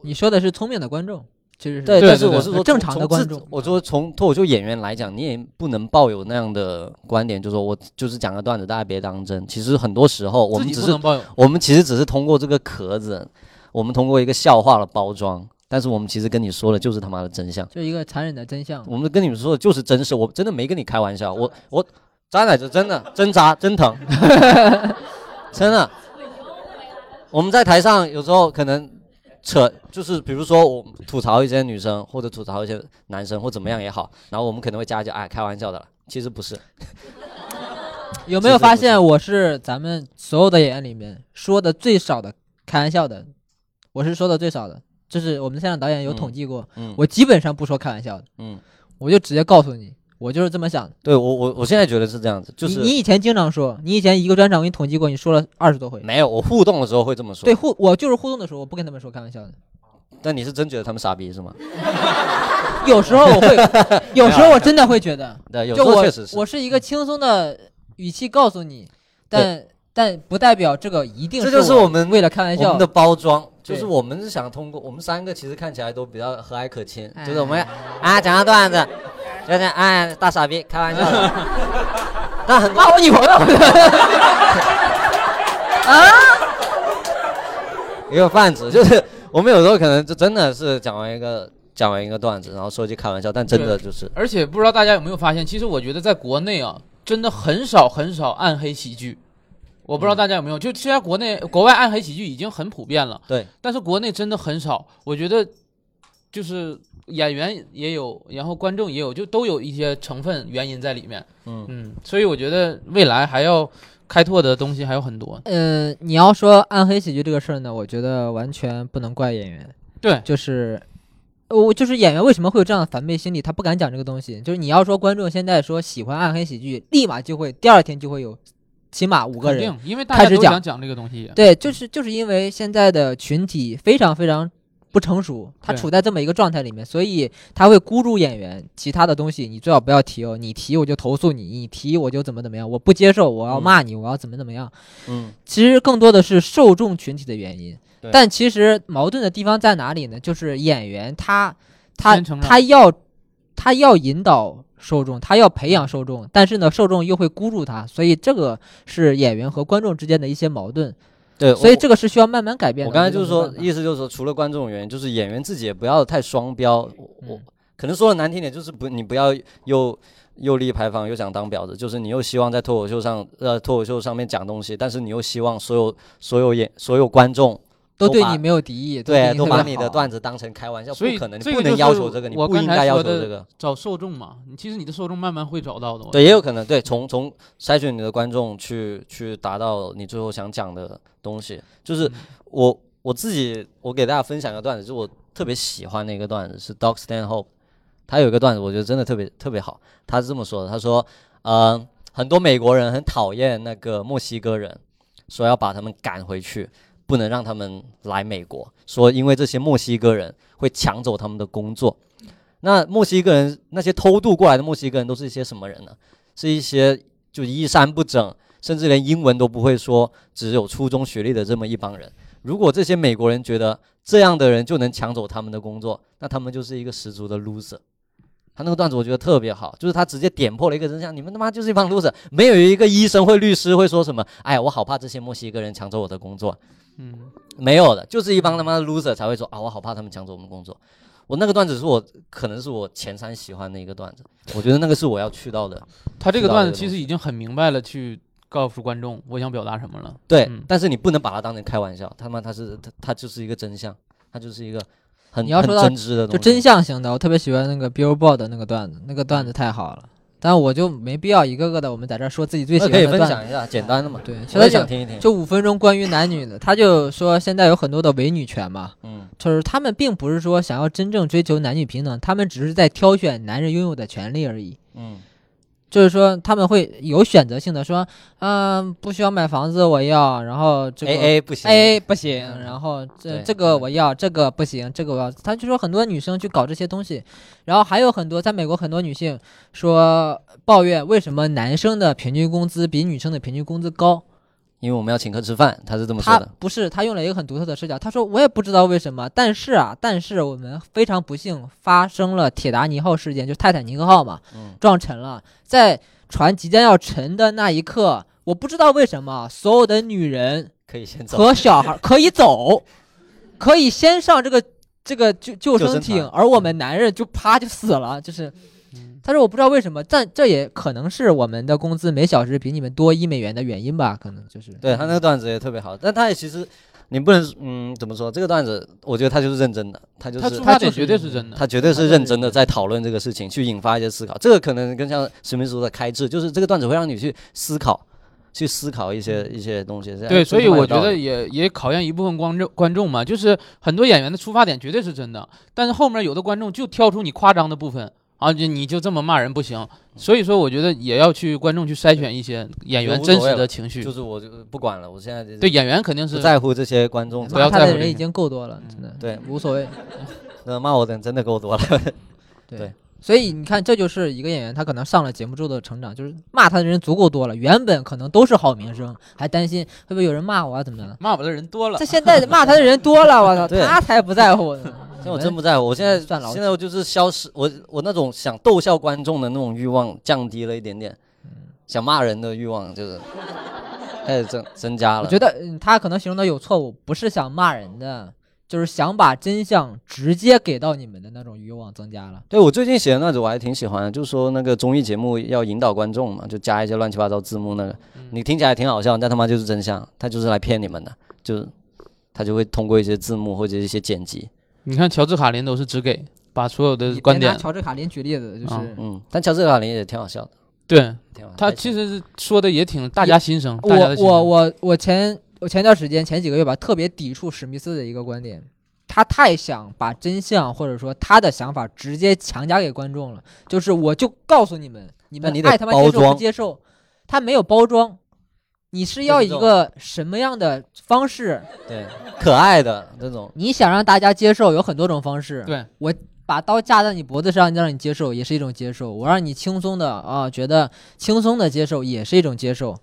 你说的是聪明的观众，其实是
对，
对
但是
对对
我是说
正
从
常的
从
观
自
众
我说从脱口秀演员来讲，你也不能抱有那样的观点，就说我就是讲个段子，大家别当真。其实很多时候
自
我们
己
只
不
是
能抱有，
我们其实只是通过这个壳子，我们通过一个笑话的包装，但是我们其实跟你说的就是他妈的真相。
就一个残忍的真相。
我们跟你们说的就是真事，我真的没跟你开玩笑，我我扎奶子真的针扎真疼， 真的。我们在台上有时候可能扯，就是比如说我吐槽一些女生或者吐槽一些男生或怎么样也好，然后我们可能会加一句哎开玩笑的了，其实不是，
有没有发
其实
现我是咱们所有的演员里面说的最少的开玩笑的？我是说的最少的，就是我们现场导演有统计过，
嗯
我基本上不说开玩笑的，
嗯，
我就直接告诉你，我就是这么想的。
对我我我现在觉得是这样子，就是
你你以前经常说，你以前一个专场我给你统计过，你说了二十多回。
没有我互动的时候会这么说，
对，互我就是互动的时候，我不跟他们说开玩笑的。
但你是真觉得他们傻逼是吗？
有时候我 会，有时候我真的会觉得，
对，有时
就
候
我
确实是，
我是一个轻松的语气告诉你，但但不代表这个一定
这就是我
我
们
为了开玩
我
笑
们的包装，就是
对
我们是想通过我们三个其实看起来都比较和蔼可亲，
哎
就是我们啊讲个段子，就是哎大傻逼开玩笑 的，但很
骂我女朋 友啊，
也有饭吃，就是我们有时候可能就真的是讲完一个讲完一个段子，然后说一句开玩笑，但真的就是
而且不知道大家有没有发现，其实我觉得在国内啊，真的很少很少暗黑喜剧。我
嗯
不知道大家有没有，就虽然国内国外暗黑喜剧已经很普遍了，
对，
但是国内真的很少。我觉得就是演员也有，然后观众也有，就都有一些成分原因在里面。
嗯
嗯，所以我觉得未来还要开拓的东西还有很多。
呃，你要说暗黑喜剧这个事儿呢，我觉得完全不能怪演员，
对
就是。呃我就是演员为什么会有这样的防备心理？他不敢讲这个东西。就是你要说观众现在说喜欢暗黑喜剧，立马就会第二天就会有起码五个
肯
人
定，因为大家
开始
都
讲
想讲这个东西。
对，就是就是因为现在的群体非常非常不成熟，他
对
处在这么一个状态里面，所以他会孤注演员，其他的东西你最好不要提哦，你提我就投诉你，你提我就怎么怎么样，我不接受，我要
嗯
骂你，我要怎么怎么样。
嗯
其实更多的是受众群体的原因
对。
但其实矛盾的地方在哪里呢？就是演员他他
先承认
他要他要引导受众，他要培养受众，但是呢，受众又会孤注他，所以这个是演员和观众之间的一些矛盾。
对，
所以
呃我
这个是需要慢慢改变的。
我刚才就是
我
说
觉，得没办
意思就是说，除了观众原因，就是演员自己也不要太双标。我我
嗯
可能说的难听点，就是不你不要又又立牌坊，又想当婊子，就是你又希望在脱口秀上呃脱口秀上面讲东西，但是你又希望所有所有演所有观众
法都
都
对
把
你没有敌意，
对
对
都把你的段
子。
子当成开玩笑，
所以
不可能，你
这个
不能
就是
要求这个，你
我
不应
刚才
该要
说
求
的
这个。
找受众嘛，你其实你的受众慢慢会找到的。我觉得
对，也有可能对，从从筛选你的观众去去达到你最后想讲的东西。就是我我自己，我给大家分享一个段子，就是我特别喜欢的一个段子，是 Doc Stanhope，他有一个段子，我觉得真的特别特别好。他是这么说的，他说，呃，很多美国人很讨厌那个墨西哥人，说要把他们赶回去。不能让他们来美国，说因为这些墨西哥人会抢走他们的工作。那墨西哥人那些偷渡过来的墨西哥人都是一些什么人呢？是一些就衣衫不整，甚至连英文都不会说，只有初中学历的这么一帮人。如果这些美国人觉得这样的人就能抢走他们的工作，那他们就是一个十足的 loser。他那个段子我觉得特别好，就是他直接点破了一个真相：你们他妈就是一帮 loser，没有一个医生或律师会说什么，哎呀，我好怕这些墨西哥人抢走我的工作，
嗯，
没有的，就是一帮他妈的 loser 才会说啊，我好怕他们抢走我们工作。我那个段子是我可能是我前三喜欢的一个段子，我觉得那个是我要去到的。
他这个
知道
段子
这个
其
东
实已经很明白了，去告诉观众我想表达什么了。
对，
嗯
但是你不能把它当成开玩笑，他妈他是他他就是一个真相，他就是一个很
你要说到
很真知的东
就
西，
真相型的，我特别喜欢那个 Billboard 的那个段子，那个段子太好了。但我就没必要一个个的，我们在这儿说自己最喜
那
欢
可以
的
分
段子。
享一下，简单的嘛，
对，
我
现
也
在
想
就
听一听。
就五分钟关于男女的，他就说现在有很多的伪女权嘛，
嗯，
就是他们并不是说想要真正追求男女平等，他们只是在挑选男人拥有的权利而已。
嗯
就是说他们会有选择性的说，嗯、不需要买房子，我要，然后这个
，A A 不行嗯
A 哎不行，然后这
对嗯
这个我要，这个不行，这个我要，他就说很多女生去搞这些东西，然后还有很多在美国很多女性说抱怨为什么男生的平均工资比女生的平均工资高，
因为我们要请客吃饭，他是这么说
他
的。
不是他用了一个很独特的视角，他说我也不知道为什么，但是啊，但是我们非常不幸发生了铁达尼号事件，就是泰坦尼克号嘛，
嗯
撞沉了，在船即将要沉的那一刻，我不知道为什么所有的女人
可以先走。
和小 孩可以走，可以先上这个这个救救
救
生
生
艇，
艇嗯
而我们男人就啪就死了，就是。他说：“我不知道为什么，但这也可能是我们的工资每小时比你们多一美元的原因吧，可能就是。”
对他那个段子也特别好，但他也其实你不能嗯怎么说，这个段子我觉得他就是认真的，他就
他
是
出发
他
点
就是
绝对是真的。
他绝对是认真的在讨论这个事情，去引发一些思考。这个可能更像史密斯的开智，就是这个段子会让你去思考，去思考一些一些东西。这样
嗯对，所以我觉得
这
也也考验一部分观众观众嘛，就是很多演员的出发点绝对是真的，但是后面有的观众就挑出你夸张的部分啊，就你就这么骂人不行。所以说，我觉得也要去观众去筛选一些演员
无所
真
谓
实
了
的情
蛮
绪
有道理就。是我就不管了，我现在就是
对演员肯定
不
是
在乎这些观众怎
不
么
要
骂他
在乎
的
这
人已
个
经够多了，真的
嗯对
无所谓。
骂我的人真的够多了。对
所以你看，这就是一个演员，他可能上了节目之后的成长，就是骂他的人足够多了。原本可能都是好名声，还担心会不会有人骂我啊，怎么 的？
骂我的人多了
这，现在骂他的人多了，我操，
对
他才不在乎呢。
那我真不在乎，我现在
算老几
现在我就是消失，我我那种想逗笑观众的那种欲望降低了一点点，
嗯
想骂人的欲 望就是开始增增加
我
了。
觉得嗯他可能形容的有错误，不是想骂人的，就是想把真相直接给到你们的那种欲望增加了。
对我最近写的那种我还挺喜欢的，就是说那个综艺节目要引导观众嘛，就加一些乱七八糟字幕那个，
嗯
你听起来挺好笑，但他妈就是真相，他就是来骗你们的，就是他就会通过一些字幕或者一些剪辑，
你看乔治卡林都是只给把所有的
你别
观点
拿，乔治卡林举例子，就是、
嗯
嗯，但乔治卡林也挺好笑的，
对
挺好笑的。
他其实是说的也挺大家心声，大家
我
的心声
我我我前我前段时间前几个月吧，特别抵触史密斯的一个观点，他太想把真相或者说他的想法直接强加给观众了，就是我就告诉你们，你们
那你得
爱他妈接
包
受
装
不接受，他没有包装，你是要一
尊重
个什么样的方式？
对可爱的这种，
你想让大家接受，有很多种方式。
对
我把刀架在你脖子上，让你接受，也是一种接受；我让你轻松的啊，觉得轻松的接受，也是一种接受。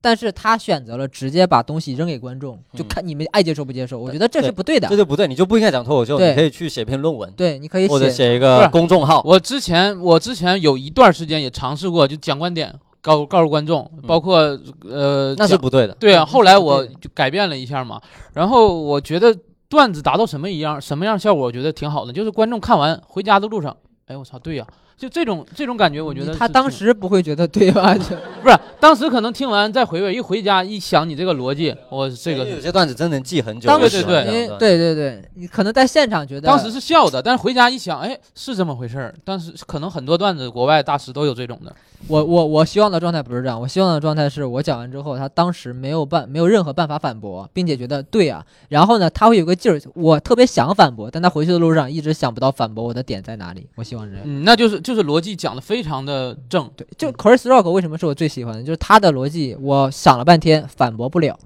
但是他选择了直接把东西扔给观众，就
嗯
看你们爱接受不接受。我觉得这
对
是不对的
这。就不对，你就不应该讲脱口秀，
对
你可以去写篇论文。
对，你可以
或者
写
写一
不
个
是
公众号，
我之前我之前有一段时间也尝试过，就讲观点，告告诉观众，包括呃，
那是
讲
不对的。
对啊。
嗯
后来
是不
我
对
就改变了一下嘛，然后我觉得段子达到什么一样什么样效果，我觉得挺好的，就是观众看完回家的路上，哎我操，对呀、就这种这种感觉，我觉得
他
是
当
挺
时不会觉得对 吧？就
不是当时可能听完再回味，一回家一想你这个逻辑，我这
因为有
个
些段子真能记很久。
当
我
时
喜
对
你
欢
对
这
对对
样的段子
对，你可能在现场觉得
当时是笑的，但是回家一想，哎是这么回事儿。但是可能很多段子国外大师都有这种的，
我我我希望的状态不是这样，我希望的状态是我讲完之后，他当时没有办没有任何办法反驳，并且觉得对啊，然后呢，他会有个劲儿，我特别想反驳，但他回去的路上一直想不到反驳我的点在哪里。我希望是这样。
嗯，那就是就是逻辑讲的非常的正，
对，就 Chris Rock 为什么是我最喜欢的，就是他的逻辑，我想了半天反驳不了。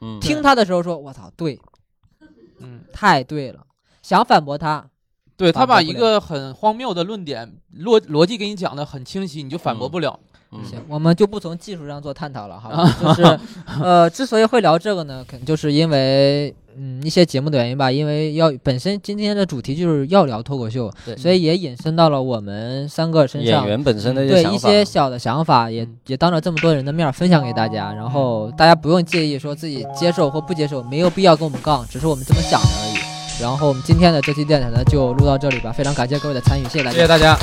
嗯，
听他的时候说，我操，对，
嗯。
太对了，想反驳他，
对
反
他
驳
把
不
一
了
个很荒谬的论点逻逻辑给你讲的很清晰，你就反驳不了。
嗯
行，我们就不从技术上做探讨了哈，就是呃，之所以会聊这个呢，可能就是因为嗯一些节目的原因吧，因为要本身今天的主题就是要聊脱口秀，
对
所以也引申到了我们三个身
演
上。
员本身的
对
想
一
法，
些小的想法，也
嗯
也当着这么多人的面儿分享给大家，然后大家不用介意说自己接受或不接受，没有必要跟我们杠，只是我们这么想的而已。然后我们今天的这期电台呢就录到这里吧，非常感谢各位的参与，谢谢大家。
谢谢大家。